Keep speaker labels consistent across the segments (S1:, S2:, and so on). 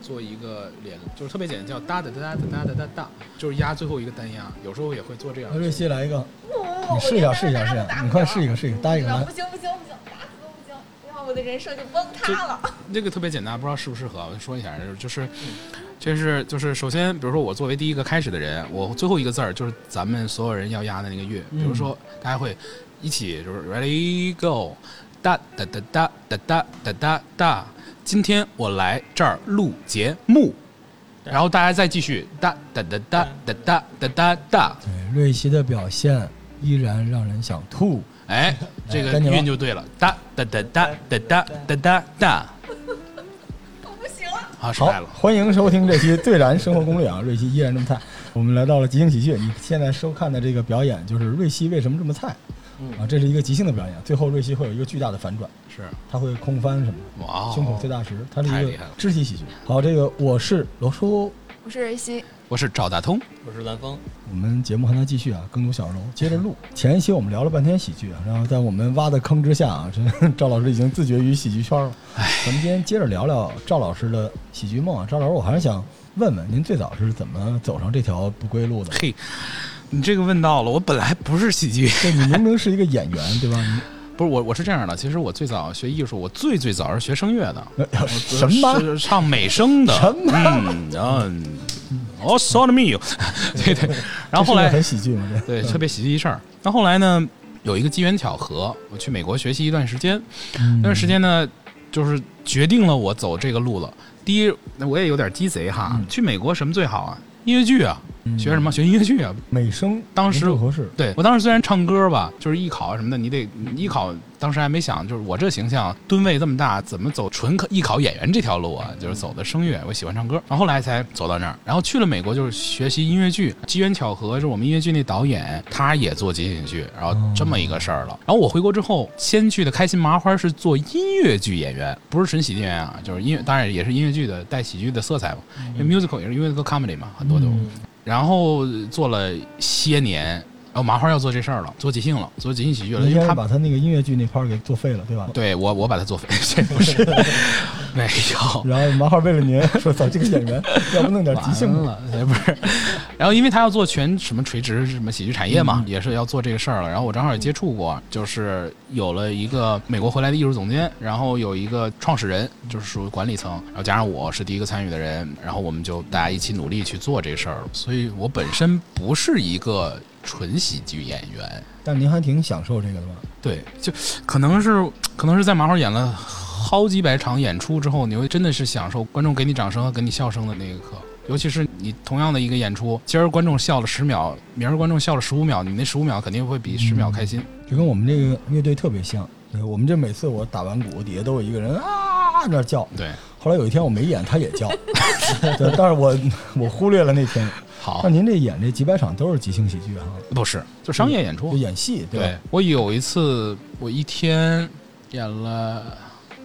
S1: 做一个连，就是特别简单，叫哒哒哒哒哒哒哒哒，就是压最后一个单压，有时候也会做这样
S2: 那。瑞希来一个，
S3: 我
S2: 你试一下，试一下，试一下，你快试一
S3: 个。
S2: 个，试一个，搭一
S3: 不
S2: 个来
S3: 行不行不行，打死我不行，然后我的人设就崩塌了。
S1: 这个特别简单，不知道适不适合，我说一下，就是，就是就是，首先，比如说我作为第一个开始的人，我最后一个字儿就是咱们所有人要压的那个乐，比如说大家会一起就是 ready go，哒哒哒哒哒哒哒哒哒，今天我来这儿录节目，然后大家再继续哒哒哒哒哒哒哒哒哒，
S2: 对，瑞希的表现依然让人想吐。
S1: 哎，这个韵就对了，哒哒哒哒哒哒哒哒哒，
S3: 我不行了，
S1: 好，失
S2: 好
S1: 败了，，
S2: 欢迎收听这期《最燃生活攻略》啊！瑞 希依然这么菜。我们来到了即兴喜剧，你现在收看的这个表演就是瑞希为什么这么菜
S1: 嗯
S2: 啊？这是一个即兴的表演，最后瑞希会有一个巨大的反转，
S1: 是，
S2: 他会空翻什么的，
S1: 哇哦，
S2: 胸口碎大石，它是
S1: 太
S2: 一
S1: 厉
S2: 个
S1: 害了
S2: 肢体喜剧。好，这个我是罗叔，
S3: 我是瑞希，
S1: 我是赵大通。
S4: 我是蓝峰，
S2: 我们节目还在继续啊，耕读小楼接着录。前一期我们聊了半天喜剧啊，然后在我们挖的坑之下啊，这赵老师已经自绝于喜剧圈了。咱们今天接着聊聊赵老师的喜剧梦啊。赵老师，我还是想问问您最早是怎么走上这条不归 路的？
S1: 嘿，你这个问到了，我本来不是喜剧，
S2: 对，你明明是一个演员，对吧？
S1: 不是我，我是这样的。其实我最早学艺术，我最最早是学声乐的，
S2: 你什么？
S1: 是唱美声的，
S2: 什么
S1: 嗯，然后哦 s o r me，对 对。然后后
S2: 这是一个
S1: 来
S2: 很喜剧嘛，这嗯
S1: 对特别喜剧一事儿。那后来呢，有一个机缘巧合，我去美国学习一段时间，那段时间呢，就是决定了我走这个路了。第一，那我也有点鸡贼哈，去美国什么最好啊？音乐剧啊，学什么？学音乐剧啊，
S2: 美声，
S1: 当时
S2: 不合适。
S1: 对我当时虽然唱歌吧，就是艺考什么的，你得艺考，当时还没想，就是我这形象吨位这么大，怎么走纯考艺考演员这条路啊？就是走的声乐，我喜欢唱歌，然后后来才走到那儿，然后去了美国就是学习音乐剧，机缘巧合是我们音乐剧那导演他也做即兴剧，然后这么一个事儿了。然后我回国之后，先去的开心麻花是做音乐剧演员，不是纯喜剧演员啊，就是音乐，当然也是音乐剧的带喜剧的色彩嘛，因为 musical 也是 musical comedy 嘛，很多都。
S2: 嗯
S1: 然后做了些年，然后麻花要做这事儿了，做即兴了，做即兴喜剧了，
S2: 您
S1: 因
S2: 先
S1: 为
S2: 是
S1: 他
S2: 把他那个音乐剧那 part 给做废了，对吧？
S1: 对我我把它做废， 这不是没有。
S2: 然后麻花为了您说：“操，这个演员，要不弄点即兴
S1: 完
S2: 吧
S1: 了，哎 不是，然后因为他要做全什么垂直什么喜剧产业
S2: 嗯
S1: 嘛，也是要做这个事儿了。然后我正好也接触过，就是有了一个美国回来的艺术总监，然后有一个创始人，就是属于管理层，然后加上我是第一个参与的人，然后我们就大家一起努力去做这事儿了。所以我本身不是一个纯喜剧演员，？”
S2: 但您还挺享受这个的吧？
S1: 对，就可能是可能是在麻花演了好几百场演出之后，你会真的是享受观众给你掌声和给你笑声的那一刻。尤其是你同样的一个演出，今儿观众笑了十秒，明儿观众笑了十五秒，你那十五秒肯定会比十秒开心。
S2: 就跟我们这个乐队特别像。对我们这每次我打完鼓，底下都有一个人啊那叫。
S1: 对，
S2: 后来有一天我没演，他也 叫，对，但是我我忽略了那天。
S1: 好
S2: 那，您这演这几百场都是即兴喜剧哈、啊
S1: 不是，就商业演出
S2: 就。演戏对吧？
S1: 哦对我有一次，我一天演了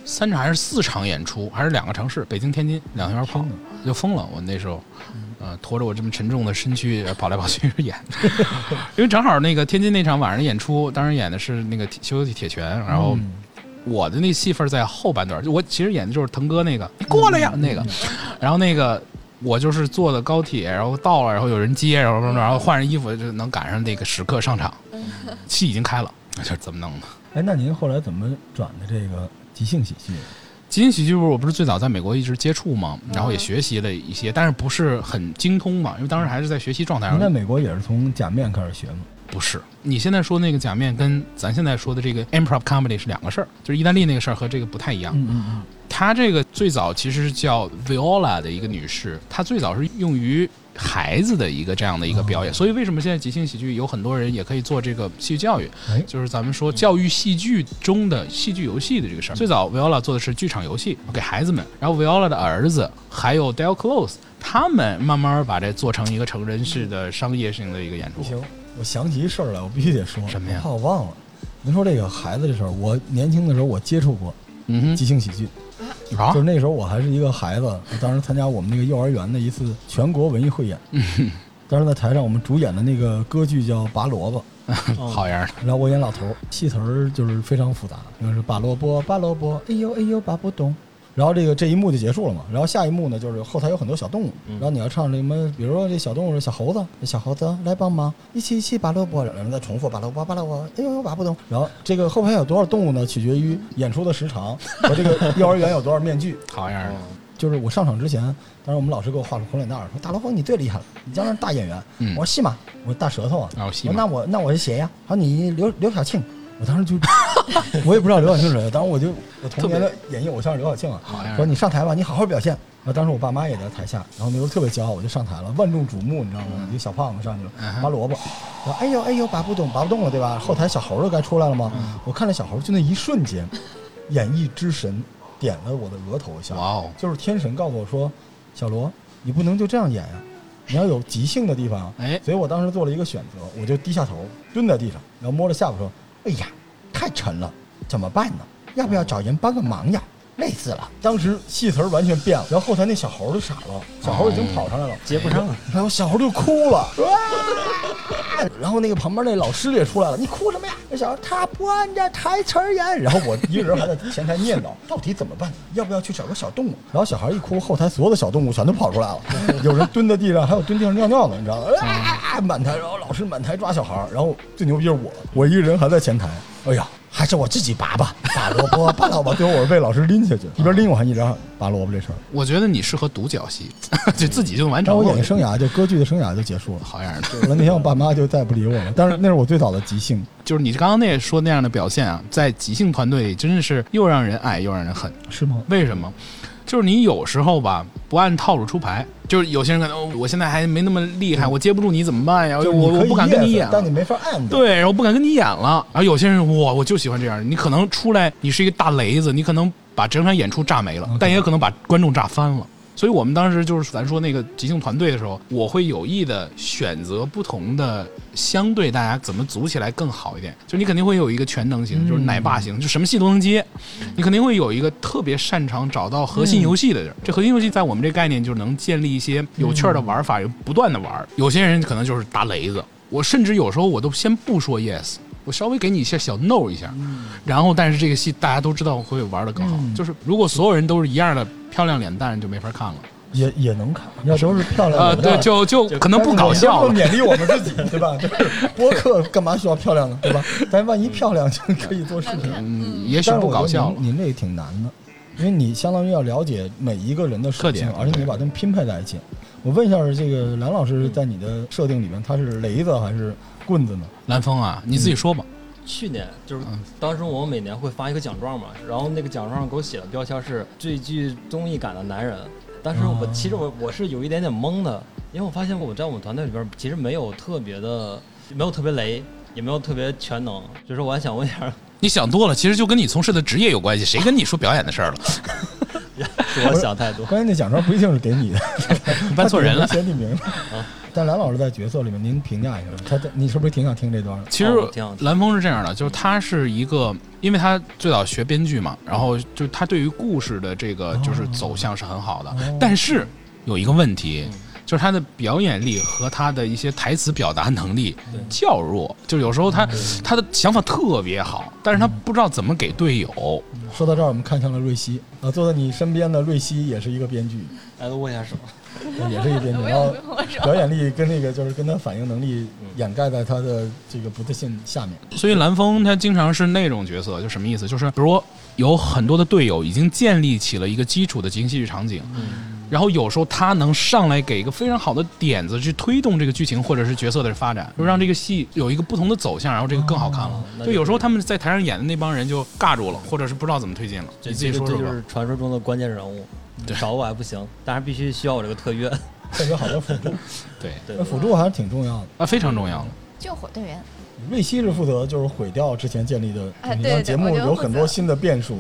S1: 三场还是四场演出，还是两个城市，北京、天津两边跑
S2: 天，嗯
S1: 就疯了。我那时候，呃，拖着我这么沉重的身躯呃跑来跑去 演，因为正好那个天津那场晚上演出，当时演的是那个铁修铁拳，然后
S2: 嗯
S1: 我的那戏份在后半段，就我其实演的就是腾哥那个，你过来呀
S2: 嗯
S1: 那个，然后那个。我就是坐的高铁，然后到了，然后有人接，然后然后换上衣服就能赶上那个时刻上场，戏已经开了， 这怎么弄啊呢？
S2: 哎，那您后来怎么转的这个即兴喜剧？
S1: 即兴喜剧不是我不是最早在美国一直接触吗？然后也学习了一些，但是不是很精通嘛，因为当时还是在学习状态
S2: 您在
S1: 上。
S2: 美国也是从假面开始学吗？
S1: 不是，你现在说那个假面跟咱现在说的这个 improv comedy 是两个事儿，就是意大利那个事儿和这个不太一样。
S2: 嗯嗯
S1: 它这个最早其实是叫 Viola 的一个女士，她最早是用于孩子的一个这样的一个表演，所以为什么现在即兴喜剧有很多人也可以做这个戏剧教育，
S2: 哎
S1: 就是咱们说教育戏剧中的戏剧游戏的这个事儿。最早 Viola 做的是剧场游戏给孩子们，然后 Viola 的儿子还有 Del Close。他们慢慢把这做成一个成人式的商业性的一个演
S2: 不
S1: 出
S2: 行，，我想起一事儿来，我必须得说。
S1: 什么呀
S2: 我怕我忘了。您说这个孩子这事儿，我年轻的时候我接触过
S1: 嗯
S2: 即兴喜剧，
S1: 哼，啊
S2: 就是，那时候我还是一个孩子，我当时参加我们那个幼儿园的一次全国文艺汇演，
S1: 嗯
S2: 当时在台上我们主演的那个歌剧叫《拔萝卜
S1: 好样的，》，
S2: 然后我演老头儿，戏词儿就是非常复杂，就是拔萝卜，拔萝卜，哎呦哎呦拔不动，然后这个这一幕就结束了嘛，然后下一幕呢就是后台有很多小动物，
S4: 嗯
S2: 然后你要唱什么，比如说这小动物是小猴子，哎小猴子来帮忙，一起一起拔萝卜，然后再重复拔萝卜拔萝卜，哎呦呦拔不动。然后这个后排有多少动物呢，取决于演出的时长和这个幼儿园有多少面具。
S1: 好样的，
S2: 就是我上场之前，当时我们老师给我画了红脸蛋儿，说大罗峰你最厉害了，你将来是大演员。
S1: 嗯
S2: 我说戏嘛，我说大舌头啊，
S1: 啊我戏
S2: 我说
S1: 码
S2: 那我那我是谁呀？他说你刘刘晓庆，我当时就 我也不知道刘晓庆是谁，当时我就我童年的演绎偶像是刘晓庆啊
S1: 好样，的
S2: 说你上台吧，你好好表现。然后当时我爸妈也在台下，然后那时候特别骄傲，我就上台了，万众瞩目，你知道吗？一个小胖子上去了
S1: 嗯，哼
S2: 拔萝卜，然后哎呦哎呦拔不动拔不动了，对吧？后台小猴儿都该出来了吗？
S1: 嗯
S2: 我看着小猴儿就那一瞬间，演绎之神点了我的额头一下，
S1: 哇哦，
S2: 就是天神告诉我说：“小罗，你不能就这样演呀、你要有即兴的地方。”
S1: 哎
S2: 所以我当时做了一个选择，我就低下头蹲在地上，然后摸着下巴说：“哎呀，太沉了，怎么办呢？要不要找人帮个忙呀？累死了！”当时戏词儿完全变了，然后后台那小猴儿都傻了，小猴儿已经跑上来了，
S4: 哦接不上，
S2: 然后小猴就哭了，哇 然后那个旁边那老师也出来了，你哭什么呀？那小猴他不按照台词儿演，然后我一个人还在前台 念叨，到底怎么办？要不要去找个小动物？然后小孩一哭，后台所有的小动物全都跑出 来了，有人蹲在地上，还有蹲地上尿尿的，你知道吗？啊，满台，然后老师满台抓小孩儿，然后最牛逼是我，我一个人还在前台，哎呀。还是我自己拔吧，拔萝卜，拔萝卜。最后我是被老师拎 下去，一边拎我还一边拔萝卜这事儿。
S1: 我觉得你适合独角戏， 就自己就完
S2: 然
S1: 成
S2: 后我
S1: 了
S2: 演艺生涯就歌剧的生涯就结束 了。
S1: 好样的，
S2: 后来那天我爸妈就再也不理我了，但是那是我最早的即兴。
S1: 就是你刚刚那说那样的表现啊，在即兴团队里真的是又让人爱又让人恨。
S2: 是吗？
S1: 为什么？就是你有时候吧，不按套路出牌，就是有些人可能、哦我现在还没那么厉害，我接不住你怎么办呀？
S2: 嗯就是
S1: 我
S2: 你可
S1: 我
S2: 以
S1: 不敢跟你
S2: yes，
S1: 演了，啊
S2: 但你没法按。，
S1: 对，然后不敢跟你演了。然后有些人哇，我就喜欢这样。你可能出来，你是一个大雷子，你可能把整场演出炸没了
S2: OK
S1: 但也可能把观众炸翻了。所以我们当时就是咱说那个即兴团队的时候，我会有意的选择不同的，相对大家怎么组起来更好一点。就你肯定会有一个全能型，就是奶爸型，就什么戏都能接。你肯定会有一个特别擅长找到核心游戏的人。这核心游戏在我们这概念就是能建立一些有趣儿的玩法，有不断的玩儿。有些人可能就是打雷子，我甚至有时候我都先不说 yes，我稍微给你一些小 no 一下，然后但是这个戏大家都知道会玩的更好。就是如果所有人都是一样的漂亮脸蛋，就没法看了。
S2: 也也能看，要都是漂亮的。
S1: 呃，对，就就可能不搞笑了。
S2: 但是我们要勉励我们自己， 对吧？就是播客干嘛需要漂亮呢？对吧？咱万一漂亮就可以做视频。
S1: 嗯，也许不搞笑了。
S2: 您您这个挺难的，因为你相当于要了解每一个人的
S1: 特
S2: 属性
S1: 点，
S2: 而且你把他们拼配在一起。我问一下，这个蓝老师在你的设定里面，他是雷子还是棍子呢？
S1: 蓝峰啊，你自己说吧。
S4: 去年就是
S1: 嗯
S4: 当时我每年会发一个奖状嘛，然后那个奖状上给我写的标签是最具综艺感的男人。当时
S1: 哦
S4: 我其实我我是有一点点懵的，因为我发现我在我们团队里边其实没有特别的，没有特别雷，也没有特别全能。所以说我还想问一下，
S1: 你想多了，其实就跟你从事的职业有关系。谁跟你说表演的事儿 了？
S4: 是我想太多。
S2: 关键那奖状不一定是 给你的，
S1: 你办错人了哦
S2: 他。写你名字。 但蓝老师在角色里面，您评价一下吧，他在你是不是挺想听这段的？
S1: 其实
S4: 哦挺好听
S1: 蓝峰是这样的，就是他是一个，因为他最早学编剧嘛，然后就他对于故事的这
S4: 哦
S1: 个就是走向是很好的，但是有一个问题。
S4: 嗯
S1: 就是他的表演力和他的一些台词表达能力较弱，就有时候
S4: 嗯
S1: 他他的想法特别好，但是他不知道怎么给队友。
S2: 说到这儿，我们看向了瑞希啊，坐在你身边的瑞希也是一个编 剧，
S4: 来，握一下手。
S2: 也是一个编剧，
S3: 没
S2: 然
S3: 有
S2: 后
S3: 没有，我说
S2: 表演力跟那个就是跟他反应能力掩盖在他的这个不自信下面。
S1: 所以蓝峰他经常是那种角色，就什么意思？就是比如说有很多的队友已经建立起了一个基础的即兴戏剧场景，然后有时候他能上来给一个非常好的点子，去推动这个剧情或者是角色的发展，就让这个戏有一个不同的走向，然后这个更好看了。
S4: 哦那
S1: 就
S4: 就
S1: 有时候他们在台上演的那帮人就尬住了，或者是不知道怎么推进了。
S4: 这
S1: 你自己
S4: 这
S1: 说
S4: 个
S1: 说
S4: 这
S1: 吧
S4: 就。是传说中的关键人物
S1: 对，
S4: 少我还不行，但是必须需要我这个特约。
S2: 特别好的辅助，
S1: 对，
S4: 对
S2: 那，辅助还是挺重要的。
S1: 啊，非常重要了。
S3: 救火队员，
S2: 瑞希是负责就是毁掉之前建立的，
S3: 哎
S2: 你
S3: 对
S2: 让
S3: 对
S2: 节目
S3: 我就
S2: 有很多
S3: 负责
S2: 新的变 数，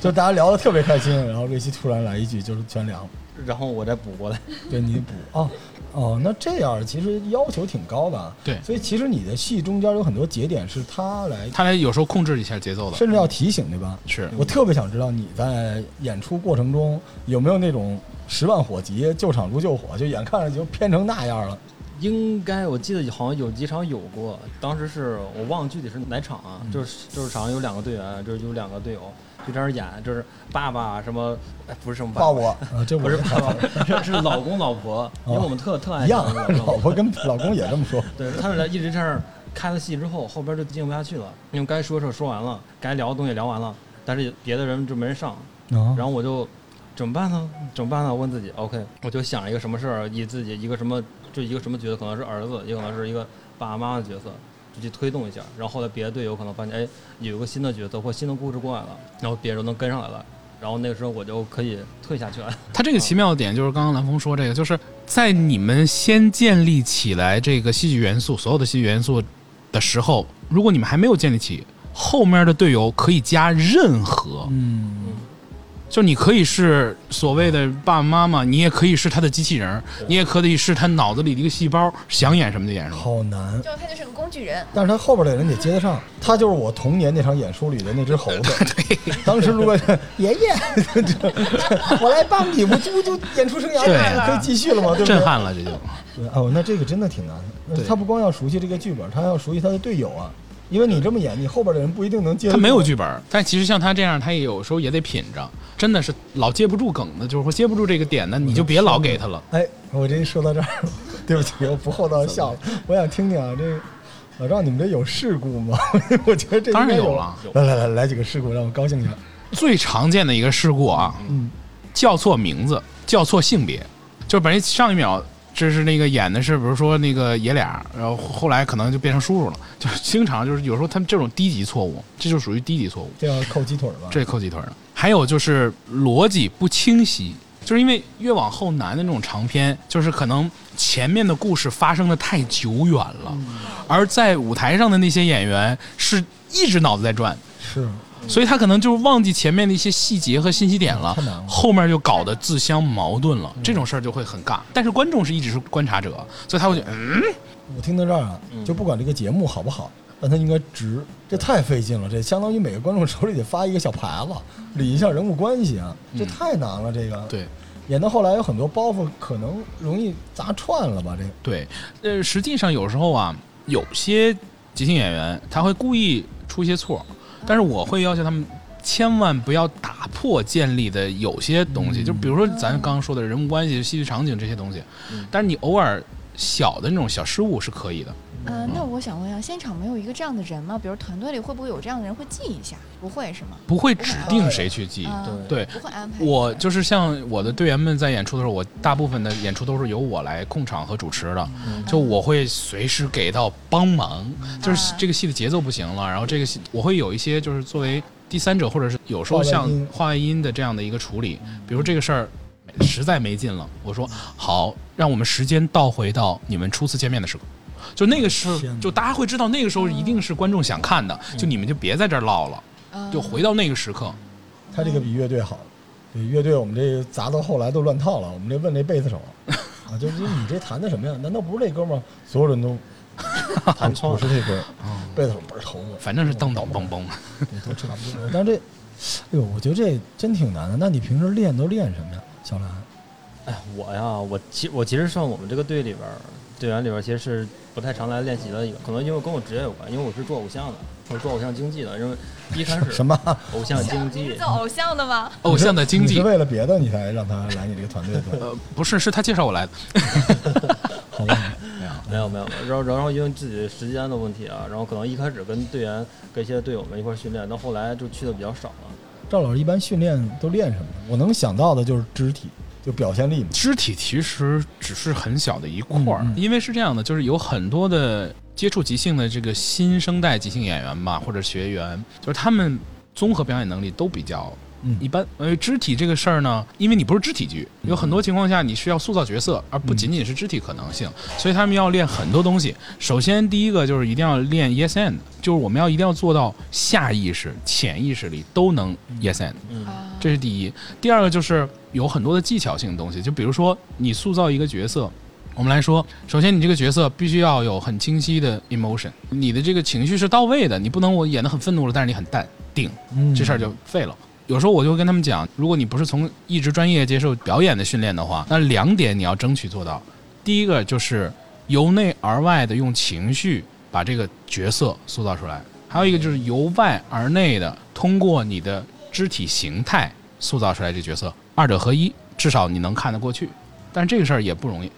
S2: 就大家聊得特别开心，然后瑞希突然来一句就是全凉了。
S4: 然后我再补过来。
S2: 对你补哦哦，那这样其实要求挺高的。
S1: 对
S2: 所以其实你的戏中间有很多节点是他来，
S1: 他俩有时候控制一下节奏的，
S2: 甚至要提醒，对吧？
S1: 是
S2: 我特别想知道你在演出过程中有没有那种十万火急救场如救火，就眼看着就偏成那样了。
S4: 应该我记得好像有几场有过，当时是我忘了具体是哪场啊，就是就是场上有两个队员，就是有两个队友，就在那儿演，就是爸爸什么，哎，不是什么爸
S2: 抱
S4: 爸，
S2: 我啊，这
S4: 不
S2: 我
S4: 是爸爸，是是老公老婆，因为我们特特爱
S2: 一样
S4: 讲老公，
S2: 老婆跟老公也这么说。
S4: 对他们俩一直这样开了戏之后，后边就进行不下去了，因为该说的时候说完了，该聊的东西聊完了，但是别的人就没人上，
S2: 然
S4: 然后我就怎么办呢？怎么办呢？问自己，OK，我就想一个什么事儿，以自己一个什么就一个什么角色，可能是儿子，也可能是一个爸爸妈妈的角色，就去推动一下。然后后来别的队友可能发现，哎，有一个新的角色或新的故事过来了，然后别人都能跟上来了，然后那个时候我就可以退下去了。
S1: 他这个奇妙的点就是刚刚蓝峰说这个，就是在你们先建立起来这个戏剧元素，所有的戏剧元素的时候，如果你们还没有建立起，后面的队友可以加任何，
S2: 嗯，
S1: 就你可以是所谓的爸爸妈妈，你也可以是他的机器人儿，你也可以是他脑子里的一个细胞，想演什么就演什么。
S2: 好难。
S3: 就他就是个工具人，
S2: 但是他后边的人得接得上，他就是我童年那场演出里的那只猴子。 当时如果爷爷，这 这我来帮你，我就我就演出生涯
S1: 对
S2: 可以继续了吗？对不对
S1: 震？撼了，这就
S2: 对哦，那这个真的挺难的。那
S1: 对
S2: 他不光要熟悉这个剧本，他还要熟悉他的队友啊，因为你这么演，你后边的人不一定能接得住。啊
S1: 他没有剧本儿，但其实像他这样，他也有时候也得品着，真的是老接不住梗的，就是或接不住这个点的，你就别老给他了。
S2: 哎，我这一说到这儿， 对不起，我不厚道地笑了。我想听听啊，这个老赵，你们这有事故吗？ 我觉得这应该
S1: 当然有啊
S2: 有
S1: 了。
S2: 来来来，来几个事故让我高兴一下。
S1: 最常见的一个事故啊，
S2: 嗯，
S1: 叫错名字，叫错性别，就是本来上一秒这是那个演的是，比如说那个爷俩，然后后来可能就变成叔叔了，就是经常就是有时候他们这种低级错误，这就属于低级错误，
S2: 这要扣鸡腿儿吧？
S1: 这扣鸡腿儿了。还有就是逻辑不清晰，就是因为越往后难的那种长篇，就是可能前面的故事发生的太久远了，而在舞台上的那些演员是一直脑子在转，
S2: 是
S1: 所以他可能就是忘记前面的一些细节和信息点了
S2: 太难了，
S1: 后面就搞得自相矛盾了，这种事儿就会很尬。但是观众是一直是观察者，所以他会觉得，嗯，
S2: 我听到这儿啊，就不管这个节目好不好，但它应该值。这太费劲了，这相当于每个观众手里得发一个小牌子，理一下人物关系啊，这太难了。这个
S1: 嗯对
S2: 演到后来有很多包袱，可能容易砸串了吧？这个
S1: 对，呃，实际上有时候啊，有些即兴演员他会故意出一些错，但是我会要求他们。千万不要打破建立的有些东西，就比如说咱刚刚说的人物关系、戏剧场景这些东西，但是你偶尔小的那种小失误是可以的。
S3: 嗯，那我想问一下，现场没有一个这样的人吗？比如团队里会不会有这样的人会记一下？不会是吗？
S1: 不会指定谁去记，
S3: 嗯
S1: 对
S3: 不会安排。
S1: 我就是像我的队员们在演出的时候，我大部分的演出都是由我来控场和主持的，就我会随时给到帮忙，就是这个戏的节奏不行了，然后这个戏我会有一些就是作为第三者或者是有时候像
S2: 画外音
S1: 画外音的这样的一个处理，比如这个事儿实在没劲了，我说好，让我们时间倒回到你们初次见面的时候。就那个时候
S2: 天，哪
S1: 就大家会知道那个时候一定是观众想看的，就你们就别在这儿唠了，
S3: 嗯
S1: 就回到那个时刻。
S2: 他这个比乐队好，对乐队我们这砸到后来都乱套了。我们这问这贝斯手啊，就是你这弹的什么呀？难道不是这歌吗？所有人都弹错了，不是这歌。贝斯手倍儿头疼。
S1: 反正是噔噔嘣嘣。
S2: 对，都差不多。但是这，哎呦，我觉得这真挺难的。那你平时练都练什么呀，小兰？
S4: 哎，我呀，我其我其实算我们这个队里边儿队员里边，其实是不太常来练习的一个，可能因为跟我职业有关，因为我是做偶像的，我是做偶像经济的，因为一开始
S2: 什么？
S4: 偶像经
S3: 你是
S4: 济
S3: 做，偶像的吗？
S1: 偶哦像的经
S2: 你
S1: 济
S2: 是，为了别的你才让他来你这个团队的，
S1: 呃，不是，是他介绍我来的。
S2: 好吧？
S4: 没有没有，然后然后因为自己时间的问题啊，然后可能一开始跟队员跟一些队友们一块儿训练，到后来就去的比较少了。
S2: 赵老师一般训练都练什么？我能想到的就是肢体，就表现力嘛。
S1: 肢体其实只是很小的一块儿
S2: 嗯，嗯
S1: 因为是这样的，就是有很多的接触即兴的这个新生代即兴演员吧，或者学员，就是他们综合表演能力都比较
S2: 嗯
S1: 一般。因为肢体这个事儿呢，因为你不是肢体剧，有很多情况下你需要塑造角色，而不仅仅是肢体可能性，所以他们要练很多东西。首先，第一个就是一定要练 yes and，就是我们要一定要做到下意识、潜意识里都能
S2: 嗯
S1: yes and。
S4: 嗯
S3: 啊，
S1: 这是第一。第二个就是有很多的技巧性的东西，就比如说你塑造一个角色，我们来说，首先你这个角色必须要有很清晰的 emotion，你的这个情绪是到位的，你不能我演的很愤怒了，但是你很淡定，
S2: 嗯
S1: 这事儿就废了。有时候我就会跟他们讲，如果你不是从一直专业接受表演的训练的话，那两点你要争取做到。第一个就是由内而外的用情绪把这个角色塑造出来，还有一个就是由外而内的通过你的肢体形态塑造出来这角色，二者合一，至少你能看得过去。但是这个事儿也不容易。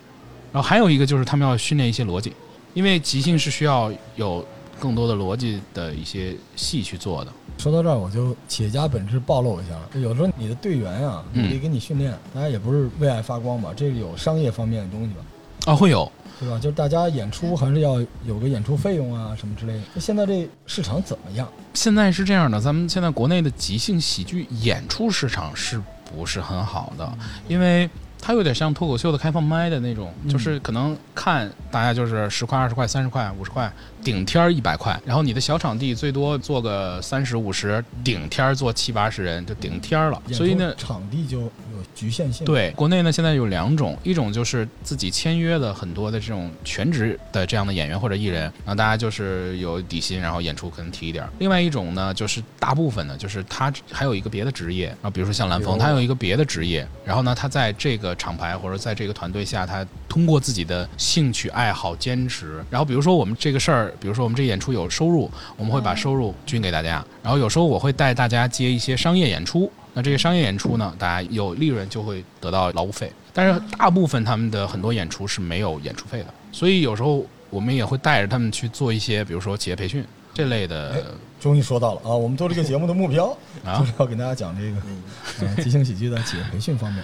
S1: 然后还有一个就是他们要训练一些逻辑，因为即兴是需要有更多的逻辑的一些戏去做的。
S2: 说到这儿，我就企业家本质暴露一下了。有时候你的队员啊，
S1: 嗯
S2: 努力给你训练，大家也不是为爱发光吧，这个有商业方面的东西吧，
S1: 啊，会有，
S2: 对吧？就是大家演出还是要有个演出费用啊，什么之类的。那现在这市场怎么样？
S1: 现在是这样的，咱们现在国内的即兴喜剧演出市场是不是很好的？
S4: 嗯
S1: 因为它有点像脱口秀的开放麦的那种，
S2: 嗯
S1: 就是可能看大家就是十块、二十块、三十块、五十块，顶天儿一百块，然后你的小场地最多做个三十五十，顶天儿做七八十人就顶天儿了。
S2: 演出
S1: 所以呢，
S2: 场地就有局限性。，
S1: 对，国内呢现在有两种，一种就是自己签约的很多的这种全职的这样的演员或者艺人，然后大家就是有底薪，然后演出可能提一点儿；另外一种呢，就是大部分呢，就是他还有一个别的职业，然后比如说像蓝
S4: 比
S1: 峰，
S4: 如
S1: 他有一个别的职业，然后呢，他在这个厂牌或者在这个团队下，他通过自己的兴趣爱好坚持，然后比如说我们这个事儿，比如说我们这演出有收入，我们会把
S3: 哦
S1: 收入均给大家，然后有时候我会带大家接一些商业演出，那这些商业演出呢，大家有利润就会得到劳务费，但是大部分他们的很多演出是没有演出费的，所以有时候我们也会带着他们去做一些，比如说企业培训这类的
S2: 终于说到了啊，我们做这个节目的目标
S1: 啊
S2: 就是要给大家讲这个
S4: 嗯，
S2: 呃即兴喜剧在企业培训方面，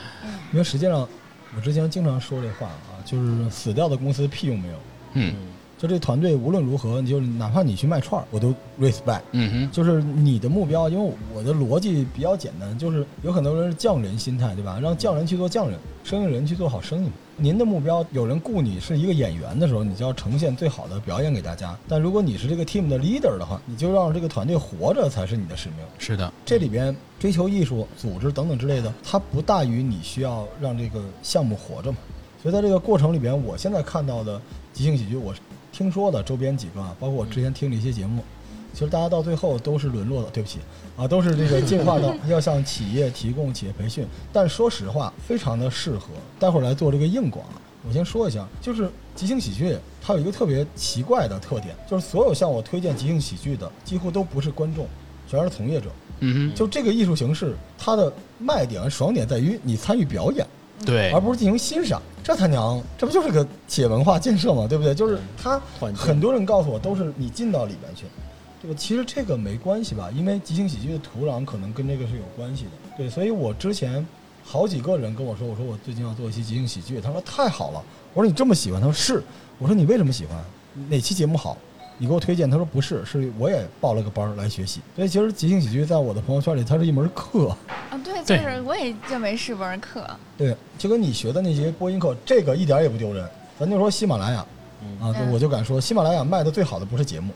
S2: 因为实际上我之前经常说这话啊，就是死掉的公司屁用没有。
S1: 嗯
S2: 就这团队无论如何，你就是哪怕你去卖串儿，我都 respect。
S1: 嗯哼
S2: 就是你的目标，因为我的逻辑比较简单，就是有很多人是匠人心态，对吧？让匠人去做匠人，生意人去做好生意。您的目标，有人雇你是一个演员的时候，你就要呈现最好的表演给大家。但如果你是这个 team 的 leader 的话，你就让这个团队活着才是你的使命。
S1: 是的
S2: 这里边追求艺术、组织等等之类的，它不大于你需要让这个项目活着嘛。所以在这个过程里边，我现在看到的即兴喜剧，我听说的周边几个，啊，包括我之前听的一些节目，其实大家到最后都是沦落的，对不起啊，都是这个进化到要向企业提供企业培训。但说实话，非常的适合，待会儿来做这个硬广啊。我先说一下，就是即兴喜剧，它有一个特别奇怪的特点，就是所有向我推荐即兴喜剧的，几乎都不是观众，全是从业者。
S1: 嗯
S2: 就这个艺术形式，它的卖点和爽点在于你参与表演，
S1: 哼对
S2: 而不是进行欣赏。这他娘，这不就是个企业文化建设嘛，对不对？就是他
S4: 团建
S2: 很多人告诉我都是你进到里边去，对吧？其实这个没关系吧，因为即兴喜剧的土壤可能跟这个是有关系的。对，所以我之前好几个人跟我说，我说我最近要做一期即兴喜剧，他说太好了，我说你这么喜欢，他说是，我说你为什么喜欢？哪期节目好？你给我推荐，他说不是，是我也报了个班儿来学习。所以其实即兴喜剧在我的朋友圈里，它是一门课。
S3: 啊，对，就
S1: 对
S3: 是我也认为是门课。
S2: 对，就跟你学的那些播音课，这个一点儿也不丢人。咱就说喜马拉雅
S4: 嗯
S2: 啊，对
S3: 嗯
S2: 我就敢说，喜马拉雅卖的最好的不是节目，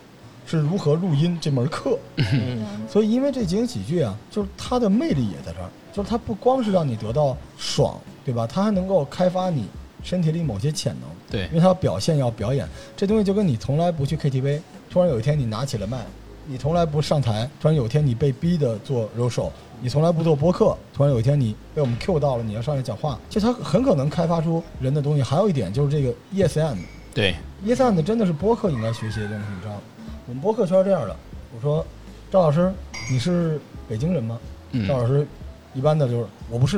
S2: 是如何录音这门课。
S4: 嗯，
S2: 所以，因为这即兴喜剧啊，就是它的魅力也在这儿，就是它不光是让你得到爽，对吧？它还能够开发你身体里某些潜能，
S1: 对
S2: 因为它要表现，要表演。这东西就跟你从来不去 KTV，突然有一天你拿起了麦；你从来不上台，突然有一天你被逼的做 road show；你从来不做播客，突然有一天你被我们 Q 到了，你要上来讲话。就它很可能开发出人的东西。还有一点就是这个 E yes and。
S1: 对
S2: Yes and E 真的是播客应该学习的东西，你知道吗？我们播客圈是这样的，我说赵老师，你是北京人吗？
S1: 嗯
S2: 赵老师一般的就是我不是，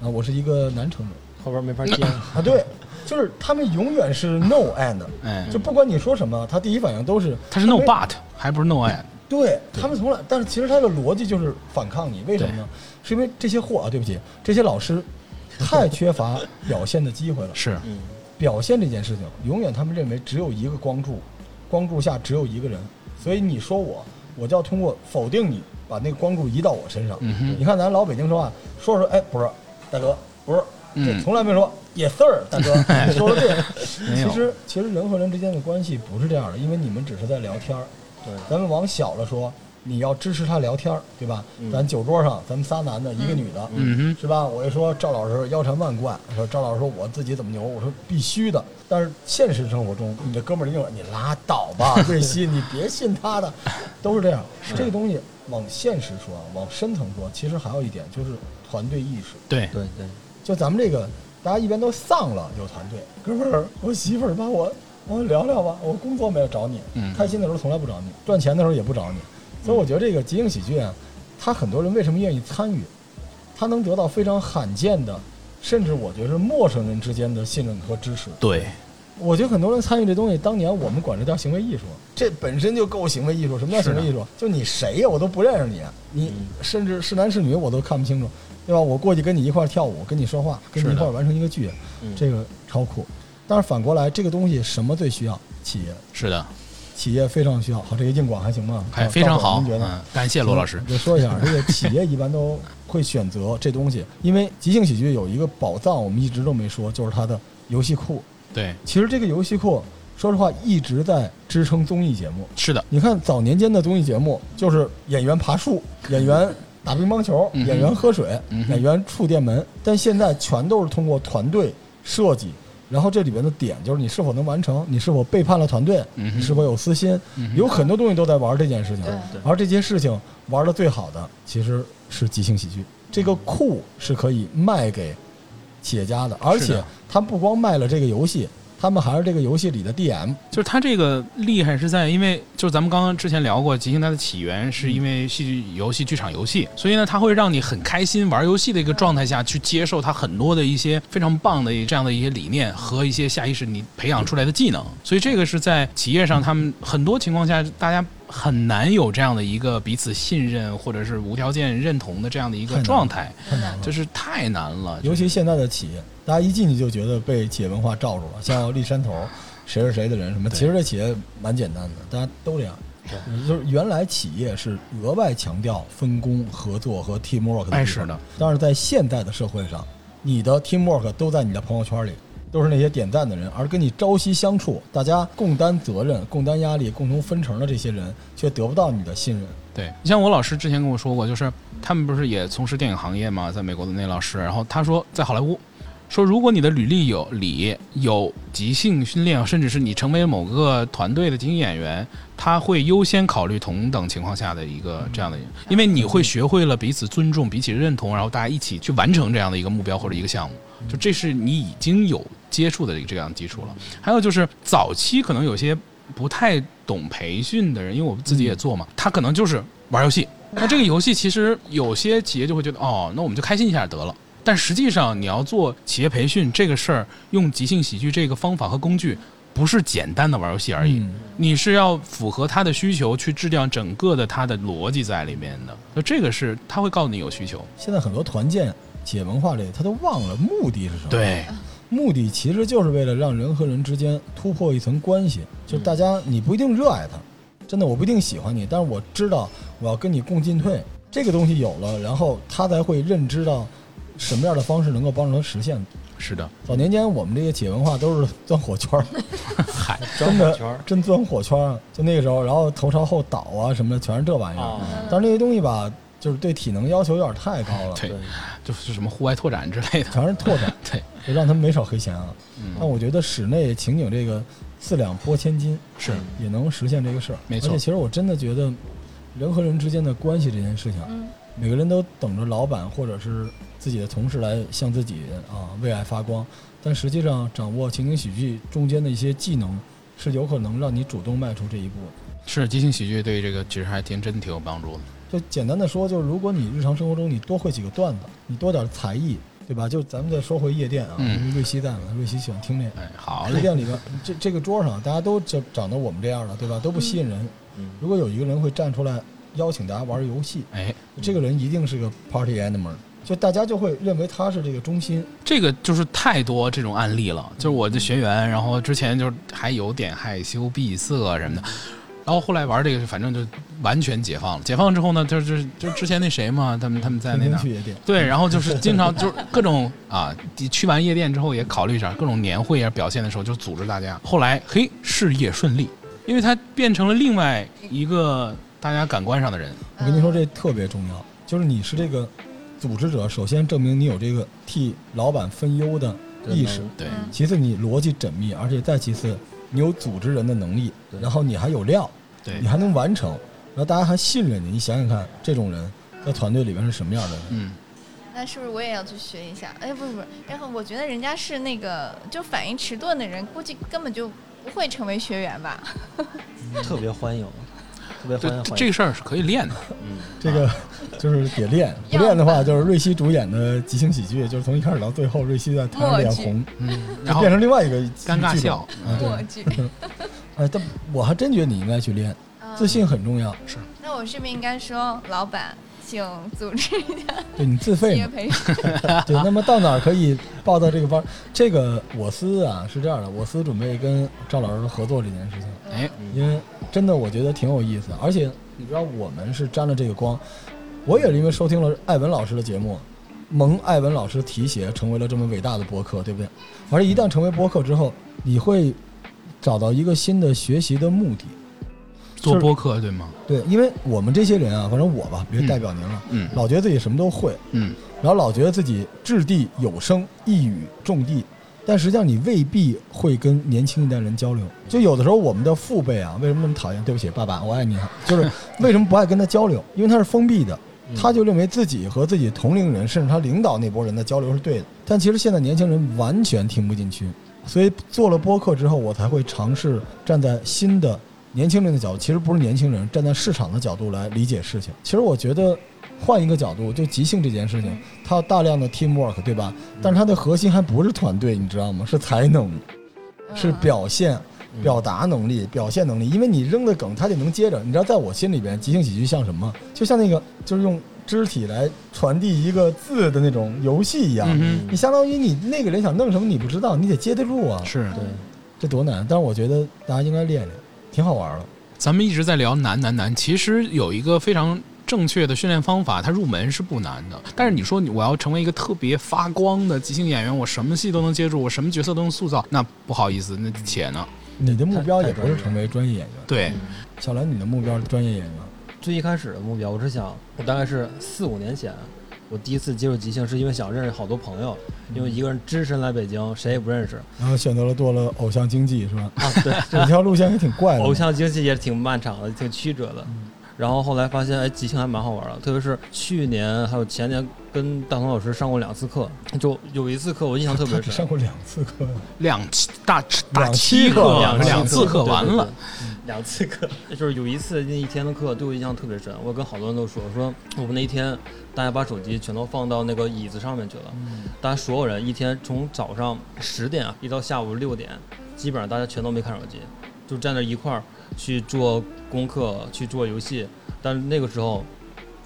S2: 啊，我是一个南城人
S4: 后边没法接，
S2: 啊，对，就是他们永远是 no and，
S1: 哎
S2: 就不管你说什么，他第一反应都是
S1: 他是 no
S2: 没
S1: but 还不是 no and
S2: 对他们从来，但是其实他的逻辑就是反抗你，为什么呢？是因为这些货啊，对不起，这些老师太缺乏表现的机会了。
S1: 是
S4: 嗯，
S2: 表现这件事情，永远他们认为只有一个光柱，光柱下只有一个人，所以你说我，我就要通过否定你，把那个光柱移到我身上。
S1: 嗯哼
S2: 你看咱老北京说话，说着说，哎，不是，大哥，不是，
S1: 嗯
S2: 这从来没说 yes sir，大 哥，你说的对。
S1: 没有
S2: 其实其实人和人之间的关系不是这样的，因为你们只是在聊天儿。
S4: 对，
S2: 咱们往小了说，你要支持他聊天儿，对吧？
S4: 嗯
S2: 咱酒桌上，咱们仨男的，一个女的，
S1: 嗯哼
S2: 是吧？我一说赵老师腰缠万贯，说赵老师说我自己怎么牛，我说必须的。但是现实生活中，你的哥们儿一会儿你拉倒吧，瑞希，你别信他的，都是这样。这个东西往现实说，往深层说，其实还有一点就是团队意识。
S1: 对
S4: 对对，
S2: 就咱们这个，大家一般都丧了有团队。哥们儿，我媳妇儿把我我聊聊吧，我工作没有找你，
S1: 嗯
S2: 开心的时候从来不找你，赚钱的时候也不找你，所以我觉得这个即兴喜剧啊，他很多人为什么愿意参与？他能得到非常罕见的，甚至我觉得是陌生人之间的信任和支持。
S1: 对，
S2: 我觉得很多人参与这东西，当年我们管这叫行为艺术，这本身就够行为艺术。什么叫行为艺术？就你谁呀，我都不认识你，你
S4: 嗯
S2: 甚至是男是女我都看不清楚，对吧？我过去跟你一块儿跳舞，跟你说话，跟你一
S1: 是的
S2: 块儿完成一个剧，
S4: 嗯
S2: 这个超酷。但是反过来，这个东西什么最需要？企业，
S1: 是的，
S2: 企业非常需要。好，这个硬广还行吗？
S1: 还
S2: 赵
S1: 哎非常
S2: 赵总
S1: 好，
S2: 您觉得？
S1: 嗯，感谢罗老师
S2: 我，就说一下，这个企业一般都会选择这东西，因为即兴喜剧有一个宝藏，我们一直都没说，就是它的游戏库。
S1: 对，
S2: 其实这个游戏库，说实话一直在支撑综艺节目。
S1: 是的，
S2: 你看早年间的综艺节目，就是演员爬 树、演员打乒乓球、
S1: 嗯哼
S2: 演员喝水、
S1: 嗯哼
S2: 演员触电门，但现在全都是通过团队设计。然后这里边的点就是你是否能完成，你是否背叛了团队，
S1: 嗯哼
S2: 你是否有私心，
S1: 嗯哼
S2: 有很多东西都在玩这件事情。
S3: 对
S4: 对
S2: 而这些事情玩的最好的其实是即兴喜剧，这
S1: 嗯
S2: 个库是可以卖给企业家的，而
S1: 是
S2: 且
S1: 的
S2: 他们不光卖了这个游戏，他们还是这个游戏里的 DM。
S1: 就是他这个厉害是在，因为就是咱们刚刚之前聊过，即兴它的起源是因为戏剧游戏、剧场游戏，所以呢，它会让你很开心玩游戏的一个状态下去接受它很多的一些非常棒的这样的一些理念和一些下意识你培养出来的技能，所以这个是在企业上，他们很多情况下大家。很难有这样的一个彼此信任或者是无条件认同的这样的一
S2: 太
S1: 个
S2: 难了
S1: 状态，
S2: 嗯太难了
S1: 这是太难了。
S2: 尤其现在的企业，大家一进去就觉得被企业文化罩住了，像立山头，谁是谁的人什么，
S1: 对
S2: 其实这企业蛮简单的，大家都这样。就是原来企业是额外强调分工、合作和 teamwork 的地方，
S1: 哎是的
S2: 但是在现在的社会上，你的 teamwork 都在你的朋友圈里，都是那些点赞的人，而跟你朝夕相处，大家共担责任、共担压力、共同分成的这些人，却得不到你的信任。
S1: 对，你像我老师之前跟我说过，就是他们不是也从事电影行业嘛，在美国的那老师，然后他说在好莱坞，说如果你的履历有里有即兴训练，甚至是你成为某个团队的即兴演员，他会优先考虑同等情况下的一个这样的，因为你会学会了彼此尊重、彼此认同，然后大家一起去完成这样的一个目标或者一个项目，就这是你已经有接触的这样基础了。还有就是早期可能有些不太懂培训的人，因为我自己也做嘛，他可能就是玩游戏。那这个游戏其实有些企业就会觉得，哦，那我们就开心一下得了。但实际上，你要做企业培训这个事儿，用即兴喜剧这个方法和工具，不是简单的玩游戏而已。
S2: 嗯
S1: 你是要符合他的需求去质量整个的他的逻辑在里面的，那这个是他会告诉你有需求。
S2: 现在很多团建、企业文化里，他都忘了目的是什么。
S1: 对，
S2: 目的其实就是为了让人和人之间突破一层关系，就是大家
S1: 嗯
S2: 你不一定热爱他，真的我不一定喜欢你，但是我知道我要跟你共进退，这个东西有了，然后他才会认知到什么样的方式能够帮助他实现。
S1: 是的，
S2: 早年间我们这些企业文化都是 钻火圈儿，
S1: 嗨，
S2: 真
S4: 转圈
S2: 的
S4: 儿
S2: 真钻火圈儿，就那个时候，然后头朝后倒啊什么的，全是这玩意儿。
S3: 嗯
S4: 啊，
S2: 但是那些东西吧，就是对体能要求有点太高了，
S1: 对
S4: 对，
S1: 就是什么户外拓展之 类的。
S2: 全是拓展，
S1: 对，
S2: 就让他们没少黑钱啊。
S1: 嗯，
S2: 但我觉得室内情景这个四两拨千斤
S1: 是
S2: 也能实现这个事儿。
S1: 没错
S2: 而且其实我真的觉得，人和人之间的关系这件事情啊，
S3: 嗯，
S2: 每个人都等着老板或者是自己的同事来向自己啊为爱发光，但实际上掌握情景喜剧中间的一些技能，是有可能让你主动迈出这一步的。
S1: 是即兴喜剧对这个其实还挺真挺有帮助的。
S2: 就简单的说，就是如果你日常生活中你多会几个段子，你多点才艺，对吧？就咱们再说回夜店啊，
S1: 嗯
S2: 因为瑞希在嘛，瑞希喜欢听这个。
S1: 哎，好
S2: 夜
S1: 嘞，
S2: 店里边，这这个桌上大家都长长得我们这样的，对吧？都不吸引人。
S4: 嗯
S2: 如果有一个人会站出来邀请大家玩游戏，
S1: 哎，
S2: 这个人一定是个 party animal，就大家就会认为他是这个中心。
S1: 这个就是太多这种案例了，就是我的学员，然后之前就是还有点害羞闭塞什么的，然后后来玩这个，反正就完全解放了。解放之后呢，就是就之前那谁嘛，他们他们在
S2: 天
S1: 那
S2: 天
S1: 哪
S2: 去夜店，
S1: 对，然后就是经常就是各种啊，去完夜店之后也考虑一下各种年会啊表现的时候，就组织大家。后来嘿，事业顺利，因为他变成了另外一个大家感官上的人。
S2: 我跟你说这特别重
S1: 嗯
S2: 要，就是你是这个组织者，首先证明你有这个替老板分忧的意识，
S1: 对，
S3: 嗯
S2: 其次你逻辑缜密，而且再其次你有组织人的能力，
S4: 对
S2: 然后你还有料，
S1: 对
S2: 你，还能完成，然后大家还信任你。你想想看，这种人在团队里边是什么样的人？
S1: 嗯，
S3: 那是不是我也要去学一下？哎，不是不是，然后我觉得人家是那个就反应迟钝的人，估计根本就不会成为学员吧？
S4: 特别欢迎，特别
S1: 对
S4: 欢迎欢迎。
S1: 这个事儿是可以练 的。
S4: 嗯，
S2: 这个就是得练，不
S3: 样
S2: 练的话，
S3: 板
S2: 就是瑞希主演的即兴喜剧，就是从一开始到最后，瑞希在台上
S3: 默
S2: 脸
S3: 剧
S2: 红，
S1: 嗯，然
S2: 就
S1: 后
S2: 变成另外一个
S1: 尴尬
S2: 剧本
S1: 笑。
S2: 啊
S3: 默
S2: 对，
S3: 剧。
S2: 哎，但我还真觉得你应该去练，
S1: 啊
S3: 嗯
S2: 自信很重要。
S3: 那我是不是应该说，老板，请组织一下
S2: 对你自
S3: 企
S2: 费
S3: 业
S2: 嘛，
S3: 培训？
S2: 对，那么到哪儿可以报到这个班儿？这个我司啊是这样的，我司准备跟赵老师合作这件事情，
S1: 哎，
S2: 因为真的我觉得挺有意思，啊而且你知道我们是沾了这个光，我也是因为收听了艾文老师的节目，蒙艾文老师提携成为了这么伟大的播客，对不对？而且一旦成为播客之后，你会找到一个新的学习的目的。
S1: 做播客对吗？
S2: 对，因为我们这些人啊，反正我吧，别代表您了，
S1: 嗯
S2: 老觉得自己什么都会，
S1: 嗯，
S2: 然后老觉得自己掷地有声、一语中的，但实际上你未必会跟年轻一代人交流。就有的时候我们的父辈啊，为什么那么讨厌？对不起，爸爸，我爱你啊。就是为什么不爱跟他交流？因为他是封闭的，他就认为自己和自己同龄人，甚至他领导那波人的交流是对的。但其实现在年轻人完全听不进去，所以做了播客之后，我才会尝试站在新的年轻人的角度，其实不是年轻人，站在市场的角度来理解事情。其实我觉得换一个角度，就即兴这件事情，它有大量的 teamwork，对吧？但是它的核心还不是团队，你知道吗？是才能， 是
S3: 嗯
S2: 表现、
S4: 嗯
S2: 表达能力、表现能力。因为你扔的梗，它就能接着。你知道，在我心里边，即兴喜剧像什么？就像那个，就是用肢体来传递一个字的那种游戏一样。
S1: 嗯
S2: 你相当于你那个人想弄什么你不知道，你得接得住啊
S1: 哼，，是。
S4: 对，
S2: 这多难！但是我觉得大家应该练练，挺好玩的。
S1: 咱们一直在聊难难难，其实有一个非常正确的训练方法，它入门是不难的。但是你说你我要成为一个特别发光的即兴演员，我什么戏都能接住，我什么角色都能塑造，那不好意思，那且呢？
S2: 你的目标也不
S4: 太专业
S2: 是
S4: 了
S2: 成为专业演员，
S1: 对，
S4: 嗯
S2: 小兰，你的目标是专业演员。
S4: 最一开始的目标，我是想，我大概是四五年前，我第一次接触即兴，是因为想认识好多朋友，因为一个人只身来北京，谁也不认识
S2: 然后选择了做了偶像经济，是吧？
S4: 啊。对，
S2: 这条路线也挺
S1: 嗯
S2: 怪的。
S4: 偶像经济也挺漫长的，挺曲折的。然后后来发现，哎，即兴还蛮好玩的，特别是去年还有前年跟大同老师上过两次课，就有一次课我印象特
S2: 他
S4: 别
S2: 只
S4: 深
S2: 上，过两次课，
S1: 两大大
S2: 两
S1: 七
S2: 期
S1: 课，
S2: 课
S1: 两
S4: 两
S1: 次课完了，，
S4: 两次课，就是有一次那一天的课对我印象特别深，我跟好多人都说，我说我们那一天大家把手机全都放到那个椅子上面去了，大家所有人一天从早上十点啊一到下午六点，基本上大家全都没看手机，就站在一块儿去做功课，去做游戏，但是那个时候。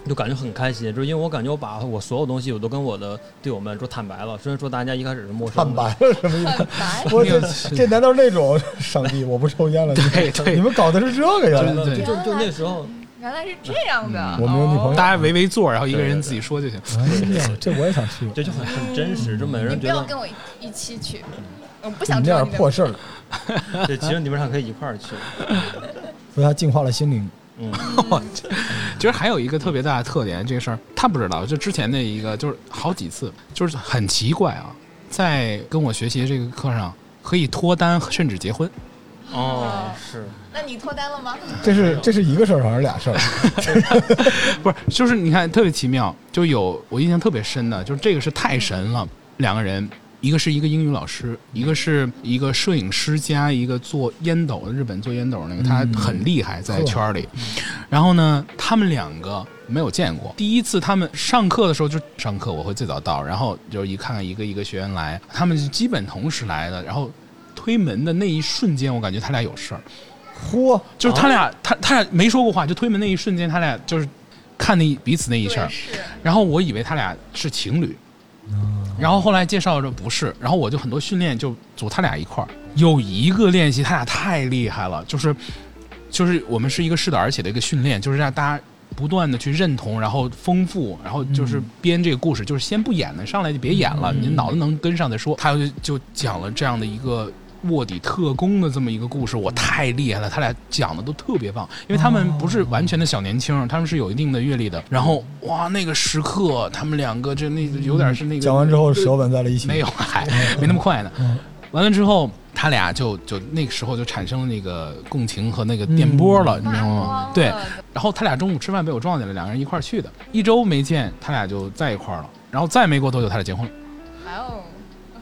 S4: 就感觉很开心，就是因为我感觉我把我所有东西我都跟我的队友们说坦白了，虽然说大家一开始是陌生
S2: 坦
S4: 的，
S2: 白了什么意思？
S3: 嗯很白
S2: ，我
S1: 那
S2: 这
S1: 个
S2: 这难道是那种上帝我不抽烟了？你
S1: 对
S2: 们你
S1: 对，
S2: 们搞的是这个
S1: 对
S2: 原来？
S1: 对对
S4: 就就那时候，
S3: 原来是这样的。
S2: 嗯
S3: 哦
S2: 我没有女朋友
S1: 大家围围坐，然后一个人自己说就行。
S2: 哎呀，这我也想去。
S4: 这就很很真实，就每
S3: 哦。
S4: 个
S3: 你
S4: 人
S3: 不
S4: 觉
S3: 要
S4: 得
S3: 跟我一一起去，我不
S2: 嗯你
S3: 想
S2: 们
S3: 知
S2: 这
S3: 道
S2: 点
S3: 你的
S2: 破事儿，
S4: 对，其实你们俩可以一块儿去。
S2: 所以他净化了心灵。
S4: 嗯，
S1: 其实还有一个特别大的特点，这个事儿他不知道。就之前的一个，就是好几次，就是很奇怪啊，在跟我学习的这个课上，可以脱单甚至结婚。
S4: 哦，是，
S3: 那你脱单了吗？
S1: 哎
S2: 这是这是一个事儿还是俩事儿？
S1: 不是，就是你看特别奇妙，就有我印象特别深的，就是这个是太神了，两个人。一个是一个英语老师，一个是一个摄影师加一个做烟斗的日本做烟斗那个，他
S2: 嗯
S1: 很厉害在
S2: 呵
S1: 圈儿里。然后呢，他们两个没有见过。第一次他们上课的时候，就上课我会最早到，然后就一看一个一个学员来，他们是基本同时来的。然后推门的那一瞬间，我感觉他俩有事儿。
S2: 嚯，
S1: 就是他俩，他他俩没说过话，就推门那一瞬间，他俩就是看那一彼此那一下
S3: 对
S1: 儿，
S3: 是。
S1: 然后我以为他俩是情侣，然后后来介绍着不是，然后我就很多训练就组他俩一块儿，有一个练习他俩太厉害了，就是就是我们是一个适得而且的一个训练，就是让大家。不断的去认同，然后丰富，然后就是编这个故事，就是先不演了，上来就别演了，你脑子能跟上再说。他就就讲了这样的一个卧底特工的这么一个故事，我太厉害了，他俩讲的都特别棒，因为他们不是完全的小年轻，他们是有一定的阅历的。然后哇，那个时刻，他们两个就那有点是那个
S2: 讲完之后嗯舌吻在了一起。
S1: 没有，还没那么快呢。完了之后，他俩就就那个时候就产生了那个共情和那个电波
S2: 嗯
S1: 了，你明白吗？对。然后他俩中午吃饭被我撞见了，两个人一块儿去的，一周没见，他俩就在一块儿了。然后再没过多久，他俩结婚了。
S3: 哇哦，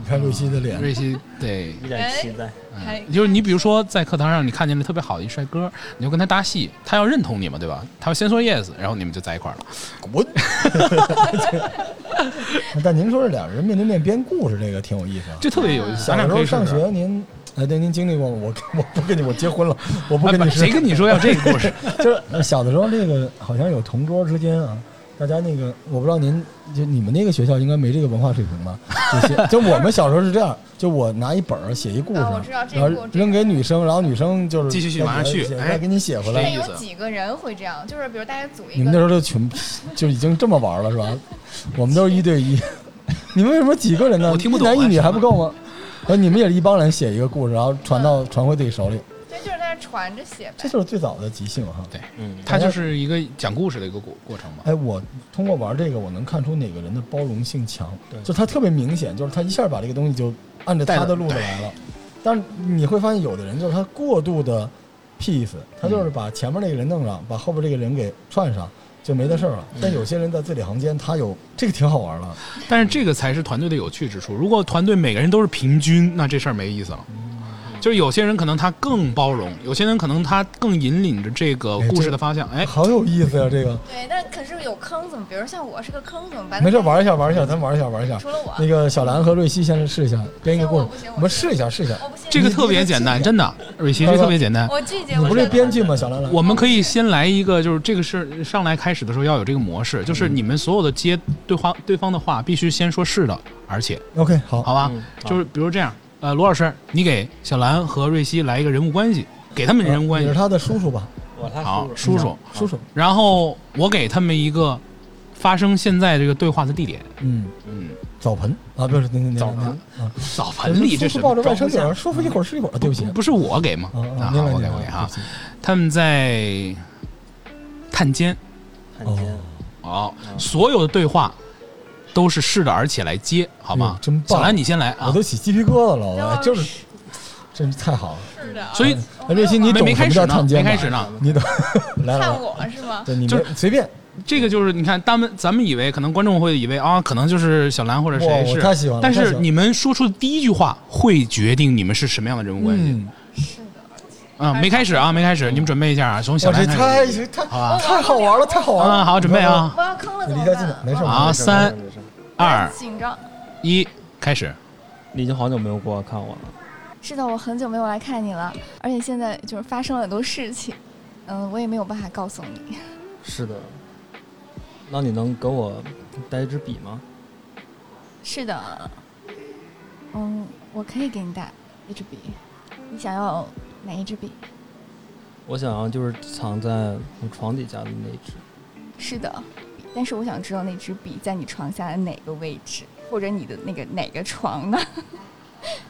S2: 看瑞希的脸，
S1: 瑞希对，
S4: 一点
S3: 哎
S4: 期待。
S3: 还
S1: 嗯就是你比如说在课堂上你看见了特别好的一帅哥，你就跟他搭戏，他要认同你嘛，对吧？他要先说 yes，然后你们就在一块儿了。
S2: 滚！ 但您说这俩人面对面编故事，这个挺有意思啊。
S1: 这特别有意思，
S2: 小
S1: 咱俩
S2: 时
S1: 可
S2: 候
S1: 以试试
S2: 上学，您哎，对，您经历过吗？我我不跟你，我结婚了，我不
S1: 哎
S2: 跟
S1: 不
S2: 你
S1: 谁
S2: 是，
S1: 跟你说要这个故 事？
S2: 就是呃小的时候，这个好像有同桌之间啊，大家那个，我不知道您就你们那个学校应该没这个文化水平吧？就写就我们小时候是这样，就我拿一本儿写一故事，
S3: 啊我知道这
S2: 然
S3: 个
S2: 后
S3: 我知道
S2: 扔给女生，然后女生就是
S1: 继续续
S2: 再
S1: 往下
S2: 给
S1: 续
S2: 写
S1: 哎
S2: 再给你写回
S1: 这
S2: 来
S3: 但。
S1: 意思
S3: 有几个人会这样，就是比如大家组一
S2: 你们那
S3: 个，
S2: 时候就群就已经这么玩了是吧？我们都是一对一， 你们为什么几个人呢？
S1: 我听不
S2: 一
S1: 懂
S2: 男一
S1: 啊
S2: 女
S1: 什
S2: 还
S1: 么
S2: 不够吗？呃，你们也是一帮人写一个故事，然后
S3: 嗯
S2: 传到传回自己手里，
S3: 对，就是在那传着写
S2: 这
S3: 呗。
S2: 就是最早的即兴啊哈。
S4: 嗯，
S1: 它就是一个讲故事的一个过过程嘛。
S2: 哎，我通过玩这个，我能看出哪个人的包容性强，
S4: 对
S2: 就他特别明显，就是他一下把这个东西就按着
S1: 带
S2: 他
S1: 着
S2: 的路子
S1: 对
S2: 来了。但是你会发现，有的人就是他过度的 peace，他
S1: 嗯
S2: 就是把前面那个人弄上，把后边这个人给串上，就没得事儿了。
S1: 嗯
S2: 但有些人在字里行间，他有这个挺好玩的。
S1: 但是这个才是团队的有趣之处。如果团队每个人都是平均，那这事儿没意思了。就是有些人可能他更包容，有些人可能他更引领着这个故事的方向。哎，
S2: 好有意思呀、啊这个
S3: 对，但可是有坑怎么？比如像我是个坑怎么
S1: 哎
S3: 办？
S2: 没事玩一下，玩一下，咱玩一下，玩一下。
S3: 除了我
S2: 那个小兰和瑞希先试一下编一个故事
S3: 行我不行，我
S2: 我们试一下，试一下。
S3: 我不信
S1: 这个特别简单，真的，瑞希，这特别简单。
S3: 我拒绝。
S2: 你
S3: 我
S2: 不
S3: 觉
S2: 是
S3: 得
S2: 编剧吗？小兰兰，
S1: 我们可以先来一个，就是这个是上来开始的时候要有这个模式，就是你们所有的接对话对方的话，必须先说是的，而且
S2: OK 哦好，
S1: 好吧
S4: 嗯？好
S1: 啊就是比如这样，呃，罗老师，你给小兰和瑞希来一个人物关系，给他们人物关
S2: 你
S1: 系
S2: 呃是，他的叔叔吧？
S4: 我他
S1: 好
S4: 叔
S1: 叔叔，
S2: 叔叔，
S1: 然后我给他们一个发生现在这个对话的地点，
S2: 嗯，
S1: 嗯，
S2: 澡盆啊，不是，那那那
S1: 澡盆
S2: 啊，
S1: 澡盆里这
S2: 叔
S1: 是
S2: 叔抱着外甥女
S1: 装
S2: 儿，舒服一会儿是一会儿，啊对不起
S1: 不，不是我给吗？啊
S2: 啊啊，
S1: 好，
S2: 明白
S1: 我
S2: 明
S1: 给
S2: 白，
S1: 我给
S2: 对
S1: 哈
S2: 不，起
S1: 他们在探监，
S4: 汉奸
S2: 哦，
S1: 哦，所有的对话都是是的，而且来接，好吗
S2: 哎呦？真棒
S1: 小兰，你先来啊
S2: 我都！起鸡皮疙瘩了，我
S3: 我
S2: 就是，真是太好了。
S3: 是的啊，
S1: 所以
S3: 我
S2: 哎
S3: 没
S2: 瑞
S3: 有
S2: 希，你
S1: 没
S2: 懂
S1: 没
S2: 什
S1: 开
S2: 么
S1: 始
S2: 叫
S1: 呢，
S2: 探
S1: 没
S2: 监
S1: 开
S2: 吧？
S1: 始呢。
S2: 你懂？来来
S3: 嗯看
S2: 来，
S3: 我是吗？
S2: 对，你
S1: 就
S2: 没随便，
S1: 这个就是你看，他们咱们以为可能观众会以为啊，可能就是小兰或者
S2: 哇
S1: 谁
S2: 我
S1: 是，
S2: 太喜欢了
S1: 但
S2: 太喜
S1: 是
S2: 欢了
S1: 你们说出的第一句话会决定你们是什么样的人物关系。
S2: 嗯，
S3: 是的，
S1: 嗯，没开始啊，没开始，你们准备一下啊，从小
S2: 哇，
S1: 兰
S2: 这
S1: 开
S2: 太
S1: 始。
S2: 太
S1: 好吧
S2: 太好玩了，太好玩了。
S1: 嗯，好，准备啊，
S3: 我要坑了
S2: 你
S3: 怎么
S2: 离开近点
S3: 办？
S2: 没事
S3: 我
S2: 儿
S1: 好
S4: 没事没
S1: 啊三
S4: 事没事
S1: 二
S3: 紧张。
S1: 一，开始。
S4: 你已经好久没有过来看我了。
S3: 是的，我很久没有来看你了，而且现在就是发生了很多事情，嗯，我也没有办法告诉你。
S4: 是的，那你能给我带一支笔吗？
S3: 是的，嗯，我可以给你带一支笔，你想要哪一支笔？
S4: 我想要就是藏在我床底下的那一只。
S3: 是的，但是我想知道那支笔在你床下的哪个位置，或者你的那个哪个床呢？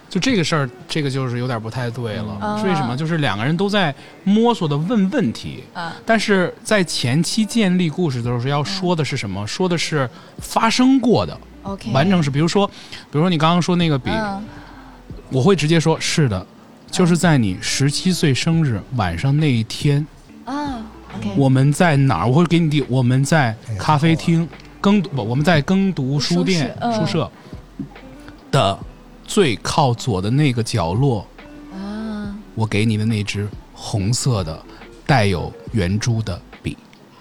S1: 就这个事儿，这个就是有点不太对了。
S3: 嗯
S1: 为什么？就是两个人都在摸索的问问题，
S3: 啊，
S1: 但是在前期建立故事的时候，要说的是什么？说的是发生过的
S3: OK，
S1: 完整是，比如说，比如说你刚刚说那个笔，
S3: 嗯，
S1: 我会直接说是的，就是在你十七岁生日晚上那一天，
S3: 啊，OK，
S1: 我们在哪儿？我会给你地，我们在咖啡厅耕读，不，我们在耕读书店
S3: 书舍嗯
S1: 书舍的最靠左的那个角落，
S3: 啊
S1: 我给你的那支红色的带有圆珠的笔。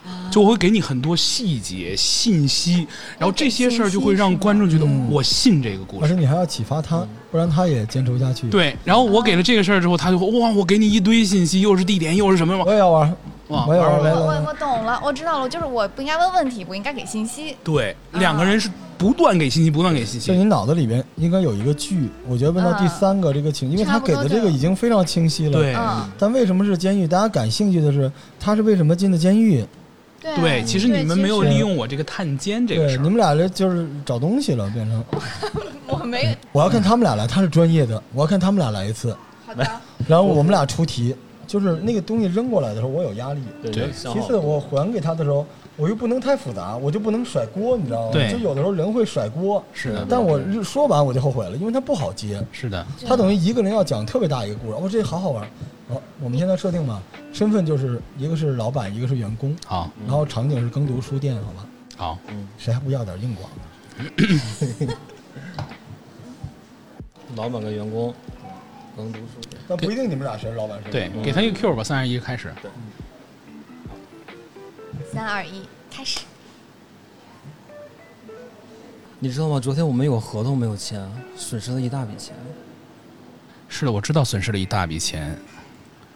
S3: 啊，
S1: 就我会给你很多细节信息，然后这些事儿就会让观众觉得
S2: 嗯
S1: 我信这个故
S2: 而且
S1: 事。
S2: 你还要启发他，不然他也坚持不下去。，
S1: 嗯对，然后我给了这个事儿之后，他就会哇，我给你一堆信息，又是地点，又是什么
S2: 我也要玩，
S1: 哇，
S2: 我也要玩，
S1: 玩
S2: 来
S3: 我
S2: 来
S3: 我
S2: 来，
S3: 我懂了，我知道了，就是我不应该问问题，我应该给信息。
S1: 对，两个人是不断给信息，不断给信
S2: 就你
S1: 息。
S2: 脑子里面应该有一个剧，我觉得问到第三个这个情，因为他给的这个已经非常清晰了。。
S1: 对
S3: 嗯，
S2: 但为什么是监狱？大家感兴趣的是，他是为什么进的监狱？
S3: 对
S1: 对，其实你们没有利用我这个探监这个
S2: 对，
S1: 事
S2: 你
S1: 儿。
S2: 们俩这就是找东西了，变成
S3: 我没
S2: 我要看他们俩来，他是专业的，我要看他们俩来一次，
S3: 好的，
S2: 然后我们俩出题，就是那个东西扔过来的时候，我有压力。
S4: 对
S1: 对
S4: 就想
S2: 其
S4: 好
S2: 次，我还给他的时候，我又不能太复杂，我就不能甩锅，你知道吗？
S1: 对
S2: 就有的时候人会甩锅，
S1: 是的，
S2: 但我说完我就后悔了，因为他不好接。
S1: 是的，
S2: 他等于一个人要讲特别大一个故事，哦，这好好玩。好、我们现在设定吧，身份就是一个是老板，一个是员工，
S1: 好，
S2: 然后场景是耕读书店，好吧？
S1: 好，
S2: 谁还不要点硬广呢？
S4: 老板跟员工嗯能读书。
S2: 但不一定你们俩谁是老板谁是
S1: 对
S2: 员，工
S1: 给他一个 Q 吧，三二一开始。
S3: 三二一，开始。
S4: 你知道吗？昨天我们有个合同没有签，损失了一大笔钱。
S1: 是的，我知道损失了一大笔钱，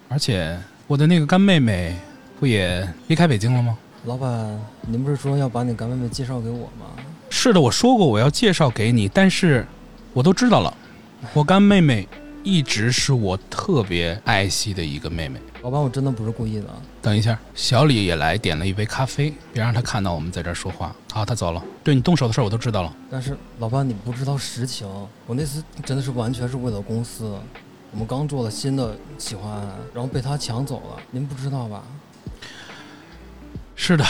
S1: 而且我的那个干妹妹不也离开北京了吗？
S4: 老板，您不是说要把你干妹妹介绍给我吗？
S1: 是的，我说过我要介绍给你，但是我都知道了。我干妹妹一直是我特别爱惜的一个妹妹。
S4: 老板，我真的不是故意的。
S1: 等一下，小李也来点了一杯咖啡，别让他看到我们在这儿说话。好，他走了。对你动手的事儿我都知道了。
S4: 但是老板，你不知道实情，我那次真的是完全是为了公司。我们刚做了新的企划案，然后被他抢走了，您不知道吧？
S1: 是的，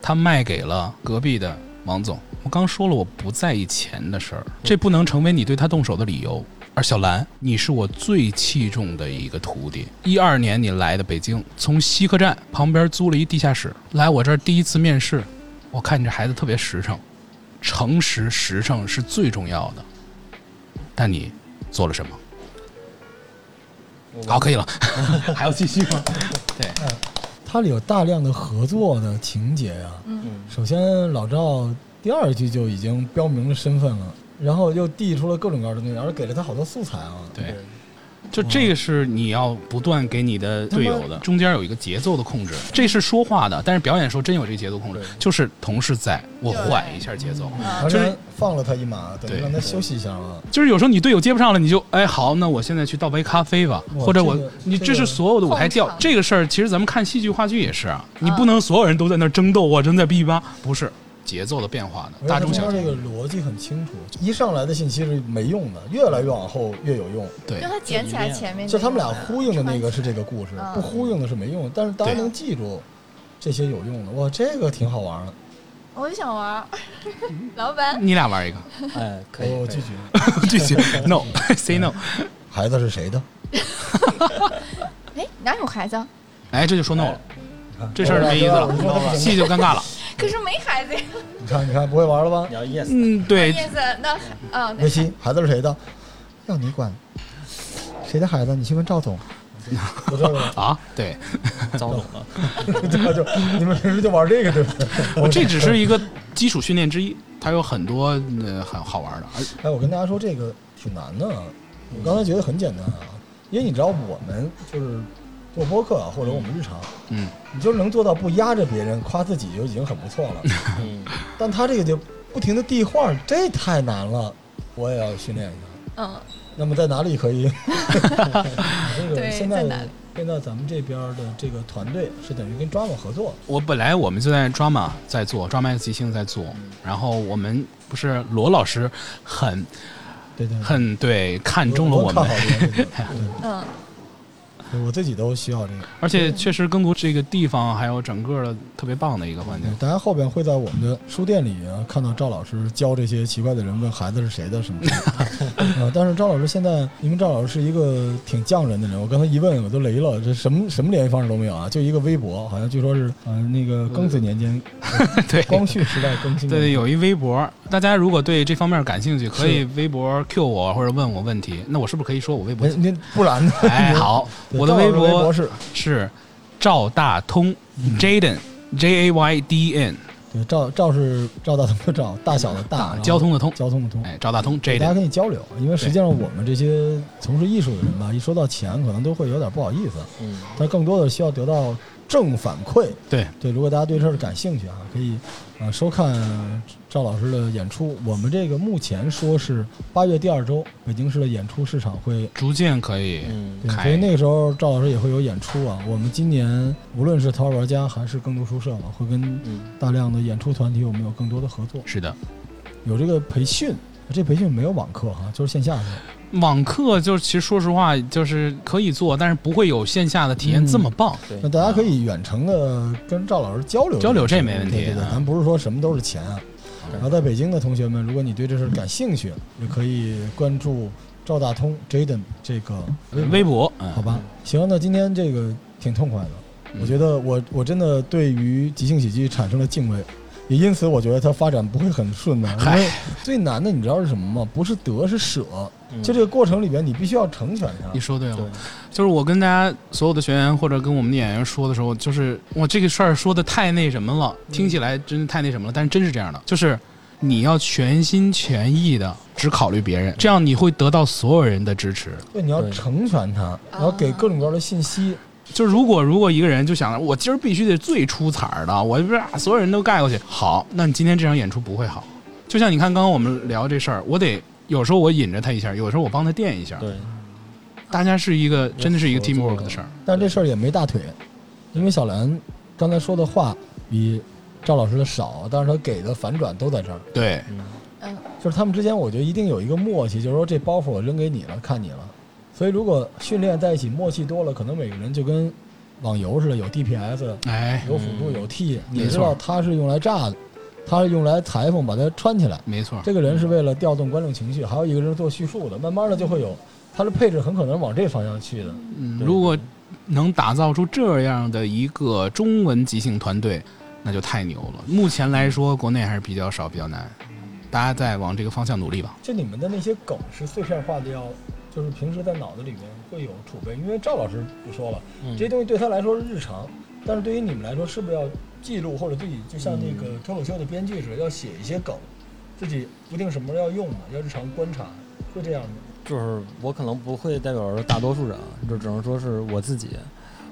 S1: 他卖给了隔壁的王总。我刚说了我不在意钱的事儿，这不能成为你对他动手的理由。而小兰，你是我最器重的一个徒弟。一二年你来的北京，从西客站旁边租了一地下室，来我这儿第一次面试。我看你这孩子特别实诚，诚实实诚是最重要的。但你做了什么？
S4: 我
S1: 好，可以了， 还要继续吗？
S2: 它里有大量的合作的情节呀、
S4: 嗯，
S2: 首先，老赵第二句就已经标明了身份了，然后又递出了各种各样的东西，而且给了他好多素材啊。
S1: 对。就这个是你要不断给你的队友的，中间有一个节奏的控制，这是说话的，但是表演的时候真有这个节奏控制
S4: 对，
S1: 就是同事在，我缓一下节奏，
S2: 而
S1: 就是
S2: 且放了他一马，等于
S1: 对
S2: 让他休息一下啊。
S1: 就是有时候你队友接不上了，你就哎好，那我现在去倒杯咖啡吧，
S2: 哇
S1: 或者我
S2: 这个
S1: 你
S2: 这
S1: 这是
S2: 个
S1: 所有的舞台调
S3: 控场
S1: 这个事儿，其实咱们看戏剧话剧也是啊，你
S3: 嗯
S1: 不能所有人都在那儿争斗，我真在逼吧，不是节奏的变化的，大中小
S2: 而
S1: 节
S2: 且他中间这个逻辑很清楚，一上来的信息是没用的，越来越往后越有用。
S1: 对
S3: 让。他捡起来前面那个。
S2: 就他们俩呼应的那个是这个故事
S3: 嗯，
S2: 不呼应的是没用的。但是大家
S1: 对
S2: 能记住这些有用的，哇，这个挺好玩的。
S3: 我就想玩儿，老板，
S1: 你俩玩一个，
S4: 哎，可以。
S2: 我
S4: 可以
S1: 拒
S2: 拒绝。
S1: 绝 no，say no，
S2: 孩子是谁的？
S3: 哎，哪有孩子啊？
S1: 哎，这就说 no 了，这事儿就没意思
S2: 我说他
S1: 了，
S2: 不行
S1: 戏就尴尬了。
S3: 可是没孩子呀。
S2: 你看，你看，不会玩了吧
S4: 你？要 yes，
S1: 嗯，对，
S3: 意思那啊，那
S2: 梅西，孩子是谁的？要你管？谁的孩子？你去问赵 总。不知道吧？
S1: 啊，对，
S4: 糟懂了。
S2: 就你们平时就玩这个对不对？
S1: 我这只是一个基础训练之一，它有很多呃很好玩的，而
S2: 哎，我跟大家说，这个挺难的。啊我刚才觉得很简单啊，因为你知道我们就是做播客啊或者我们日常，
S1: 嗯，
S2: 你就是能做到不压着别人，夸自己就已经很不错了。
S4: 嗯，
S2: 但他这个就不停的递话，这太难了，我也要训练一下。
S3: 嗯，
S2: 那么在哪里 可以？这个
S3: 对
S2: 现
S3: 在
S2: 在
S3: 哪里
S2: 现在咱们这边的这个团队是等于跟 Drama 合作，
S1: 我本来我们就在 drama 在做，drama 即兴在做，然后我们不是罗老师很
S2: 对对，
S1: 很对看中了
S2: 我
S1: 我们
S2: 看，好这个，
S3: 嗯，
S2: 对我自己都需要这个。
S1: 而且确实耕读这个地方还有整个的特别棒的一个环境。
S2: 大家后边会在我们的书店里啊看到赵老师教这些奇怪的人问孩子是谁的什么 的啊。但是赵老师现在，因为赵老师是一个挺匠人的人，我刚才一问我都雷了，这什么什么联系方式都没有啊，就一个微博，好像据说是呃那个庚子年间，
S1: 对
S2: 光绪时代更新的。
S1: 对，有一微博，大家如果对这方面感兴趣，可以微博 Q 我或者问我问题。那我是不是可以说我微博
S2: 哎，？您不然呢？
S1: 哎，好，
S2: 对，
S1: 我的微
S2: 赵老师
S1: 博
S2: 是
S1: 是赵大通 Jaden J A Y D N
S2: 对赵赵是赵大同的赵，大小的
S1: 啊
S2: 大，然后
S1: 交通的通，
S2: 交通的通。
S1: 哎，赵大通
S2: 大家
S1: Jaden
S2: 可以交流，因为实际上我们这些从事艺术的人吧，一说到钱，可能都会有点不好意思。
S4: 嗯，
S2: 但更多的需要得到正反馈。
S1: 对
S2: 对，如果大家对这儿感兴趣啊，可以啊、呃收看赵老师的演出。我们这个目前说是八月第二周，北京市的演出市场会。
S1: 逐渐可以
S4: 嗯
S2: 对，
S1: 开
S2: 所以那个时候赵老师也会有演出啊。我们今年无论是陶玩家还是更读书社嘛，会跟
S4: 嗯，
S2: 大量的演出团体我们有更多的合作，
S1: 是的，
S2: 有这个培训。这培训没有网课哈、就是线下的。
S1: 网课就是其实说实话就是可以做，但是不会有线下的体验这么棒。
S4: 对
S2: 那。大家可以远程的跟赵老师交流
S1: 交流这
S2: 个事
S1: 没
S2: 情
S1: 问
S2: 对
S1: 题
S2: 对对
S1: 啊
S2: 咱不是说什么都是钱啊。然后在北京的同学们，如果你对这事儿感兴趣，也可以关注赵大通 Jaden 这个
S1: 微博，嗯
S2: 好，吧？行，那今天这个挺痛快的，我觉得我我真的对于即兴喜剧产生了敬畏。也因此我觉得他发展不会很 顺的，因
S1: 嗨
S2: 为最难的你知道是什么吗？不是得是舍，
S4: 嗯
S2: 就这个过程里边你必须要成全
S1: 你
S2: 他。
S1: 说对了，
S4: 对，
S1: 就是我跟大家所有的学员或者跟我们的演员说的时候，就是我这个事儿说的太那什么了，听起来真的太那什么了，但是真是这样的，嗯就是你要全心全意的只考虑别人，这样你会得到所有人的支持。
S2: 对，你要
S4: 对
S2: 成全他，然后给各种各样的信息。
S1: 就是如果如果一个人就想着我今儿必须得最出彩儿的，我就把所有人都盖过去，好，那你今天这场演出不会好。就像你看刚刚我们聊这事儿，我得有时候我引着他一下，有时候我帮他垫一下，
S4: 对，
S1: 大家是一个真的是一个
S4: 合作
S1: teamwork 的事儿。
S2: 但这事儿也没大腿，因为小兰刚才说的话比赵老师的少，但是他给的反转都在这儿。
S1: 对，
S4: 嗯，
S3: 嗯，
S2: 就是他们之间，我觉得一定有一个默契，就是说这包袱我扔给你了，看你了。所以如果训练在一起默契多了，可能每个人就跟网游似的，有 DPS，
S1: 哎，
S2: 有辅助，有 T，
S1: 没
S2: 你
S1: 错
S2: 知道他是用来炸的，他是用来裁缝把它穿起来。
S1: 没错，
S2: 这个人是为了调动观众情绪，还有一个人是做叙述的，慢慢的就会有他的配置很可能往这方向去的。
S1: 嗯，
S2: 对
S1: 如果能打造出这样的一个中文即兴团队，那就太牛了。目前来说，国内还是比较少，比较难，大家再往这个方向努力吧。
S2: 就你们的那些梗是碎片化的要，就是平时在脑子里面会有储备，因为赵老师不说了。
S4: 嗯
S2: 这些东西对他来说是日常，但是对于你们来说，是不是要记录或者自己就像那个脱口秀的编剧似的，要写一些梗，自己不定什么时候要用嘛，要日常观察，会这样吗？
S4: 就是我可能不会代表大多数人，啊就只能说是我自己。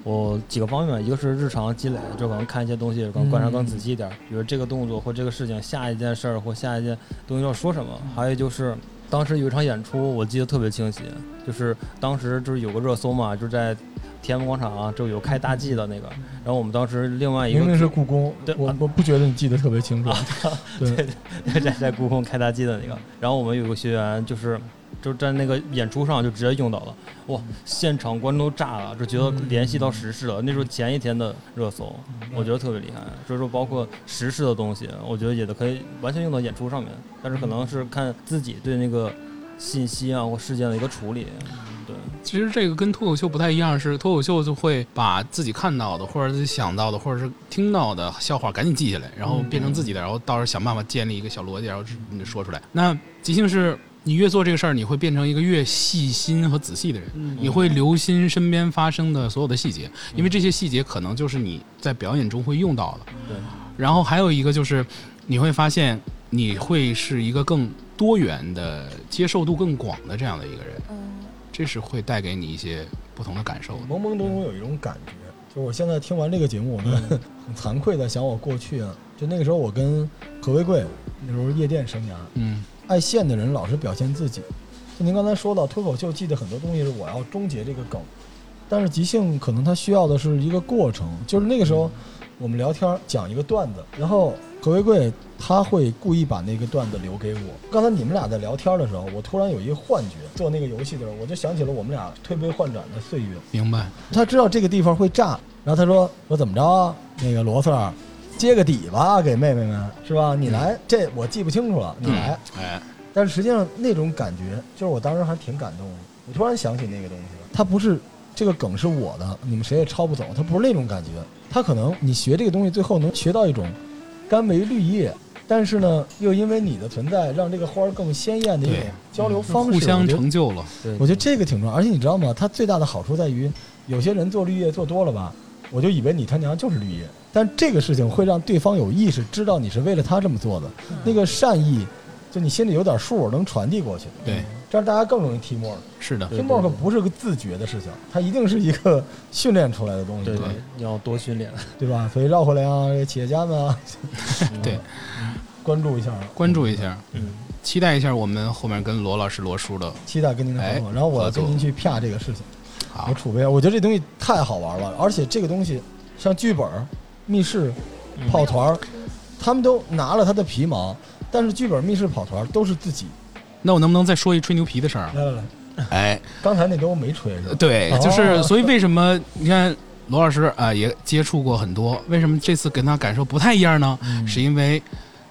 S4: 我几个方面，一个是日常积累，就可能看一些东西，可能观察更仔细一点，比如这个动作或这个事情，下一件事儿或下一件东西要说什么。还有就是当时有一场演出，我记得特别清晰，就是当时就是有个热搜嘛，就在天安门广场、啊、就有开大 G 的那个，然后我们当时另外一个
S2: 明明是故宫，
S4: 对啊
S2: 我我不觉得你记得特别清楚。 对，
S4: 在在故宫开大 G 的那个，然后我们有个学员就是就在那个演出上就直接用到了，哇，现场观众都炸了，就觉得联系到时事了。那时候前一天的热搜，我觉得特别厉害。所以说，包括时事的东西，我觉得也都可以完全用到演出上面，但是可能是看自己对那个信息啊或事件的一个处理。嗯对，
S1: 其实这个跟脱口秀不太一样，是脱口秀就会把自己看到的，或者自己想到的，嗯或者是听到的笑话赶紧记下来，然后变成自己的，然后到时候想办法建立一个小逻辑，然后你说出来。那即兴是你越做这个事儿，你会变成一个越细心和仔细的人，你会留心身边发生的所有的细节，因为这些细节可能就是你在表演中会用到的。
S4: 对，
S1: 然后还有一个就是，你会发现你会是一个更多元的、接受度更广的这样的一个人，
S3: 嗯，
S1: 这是会带给你一些不同的感受的。
S2: 懵懵懂懂有一种感觉，就我现在听完这个节目，我都 很惭愧的想我过去啊，就那个时候我跟何为贵那时候夜店生涯，
S1: 嗯，
S2: 爱现的人老是表现自己。就您刚才说到脱口秀，记得很多东西是我要终结这个梗，但是即兴可能它需要的是一个过程。就是那个时候我们聊天儿讲一个段子，然后何为贵他会故意把那个段子留给我。刚才你们俩在聊天的时候，我突然有一个幻觉，做那个游戏的时候，我就想起了我们俩推杯换盏的岁月。
S1: 明白。
S2: 他知道这个地方会炸，然后他说：“我怎么着啊？那个罗 Sir，接个底吧，给妹妹们是
S1: 嗯
S2: 吧？你来，这我记不清楚了，你来。
S1: 哎，
S2: 但是实际上那种感觉，就是我当时还挺感动的。我突然想起那个东西了，它不是这个梗是我的，你们谁也抄不走，它不是那种感觉。它可能你学这个东西，最后能学到一种甘为绿叶，但是呢，又因为你的存在，让这个花儿更鲜艳的一种
S1: 对嗯
S2: 交流方式。
S1: 互相
S2: 我觉得
S1: 成就了。
S4: 对
S2: 我觉得这个挺重要，而且你知道吗？它最大的好处在于，有些人做绿叶做多了吧，我就以为你他娘就是绿叶，但这个事情会让对方有意识知道你是为了他这么做的，
S4: 嗯
S2: 那个善意，就你心里有点数，能传递过去，
S1: 对，
S2: 这样大家更容易提墨。
S1: 是的，
S4: 对
S2: 提墨可不是个自觉的事情，它一定是一个训练出来的东西，
S4: 对
S1: 对
S4: 对，要多训练。
S2: 对吧？所以绕回来啊，这企业家们啊，
S1: 对，
S2: 关注一下啊，
S1: 关注一下，
S4: 嗯，
S1: 期待一下我们后面跟罗老师、罗叔的。
S2: 期待跟您的合作，
S1: 哎
S2: 然后我
S1: 合作
S2: 跟您去啪这个事情。
S1: 好
S2: 我，储备，我觉得这东西太好玩了，而且这个东西像剧本、密室、
S1: 嗯
S2: 跑团儿，他们都拿了他的皮毛，但是剧本、密室、跑团儿都是自己。
S1: 那我能不能再说一吹牛皮的事儿啊？
S2: 来来来，
S1: 哎，
S2: 刚才那个我没吹是吧？
S1: 呃对，
S2: 哦
S1: 就是所以为什么你看罗老师啊、也接触过很多，为什么这次跟他感受不太一样呢？是因为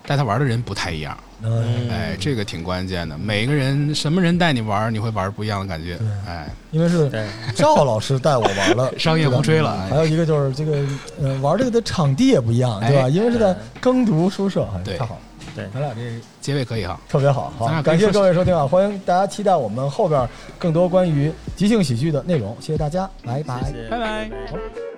S1: 带他玩的人不太一样，
S2: 嗯，
S1: 哎，这个挺关键的。每个人什么人带你玩，你会玩不一样的感觉
S2: 对，
S1: 哎，，
S2: 因为是
S4: 对，
S2: 赵老师带我玩了
S1: 商业胡吹了哎
S2: 还有一个就是这个，呃，玩这个的场地也不一样，对吧？
S1: 哎
S2: 因为是在耕读书社，哎
S1: 对
S2: 太好了，
S4: 对
S2: 咱俩这
S1: 结尾可以哈。
S2: 特别好，
S1: 咱
S2: 好，
S1: 俩可以
S2: 感谢
S1: 说
S2: 各位收听啊，欢迎大家期待我们后边更多关于即兴喜剧的内容，谢谢大家，拜拜。
S4: 谢谢
S1: 拜拜
S3: 拜拜。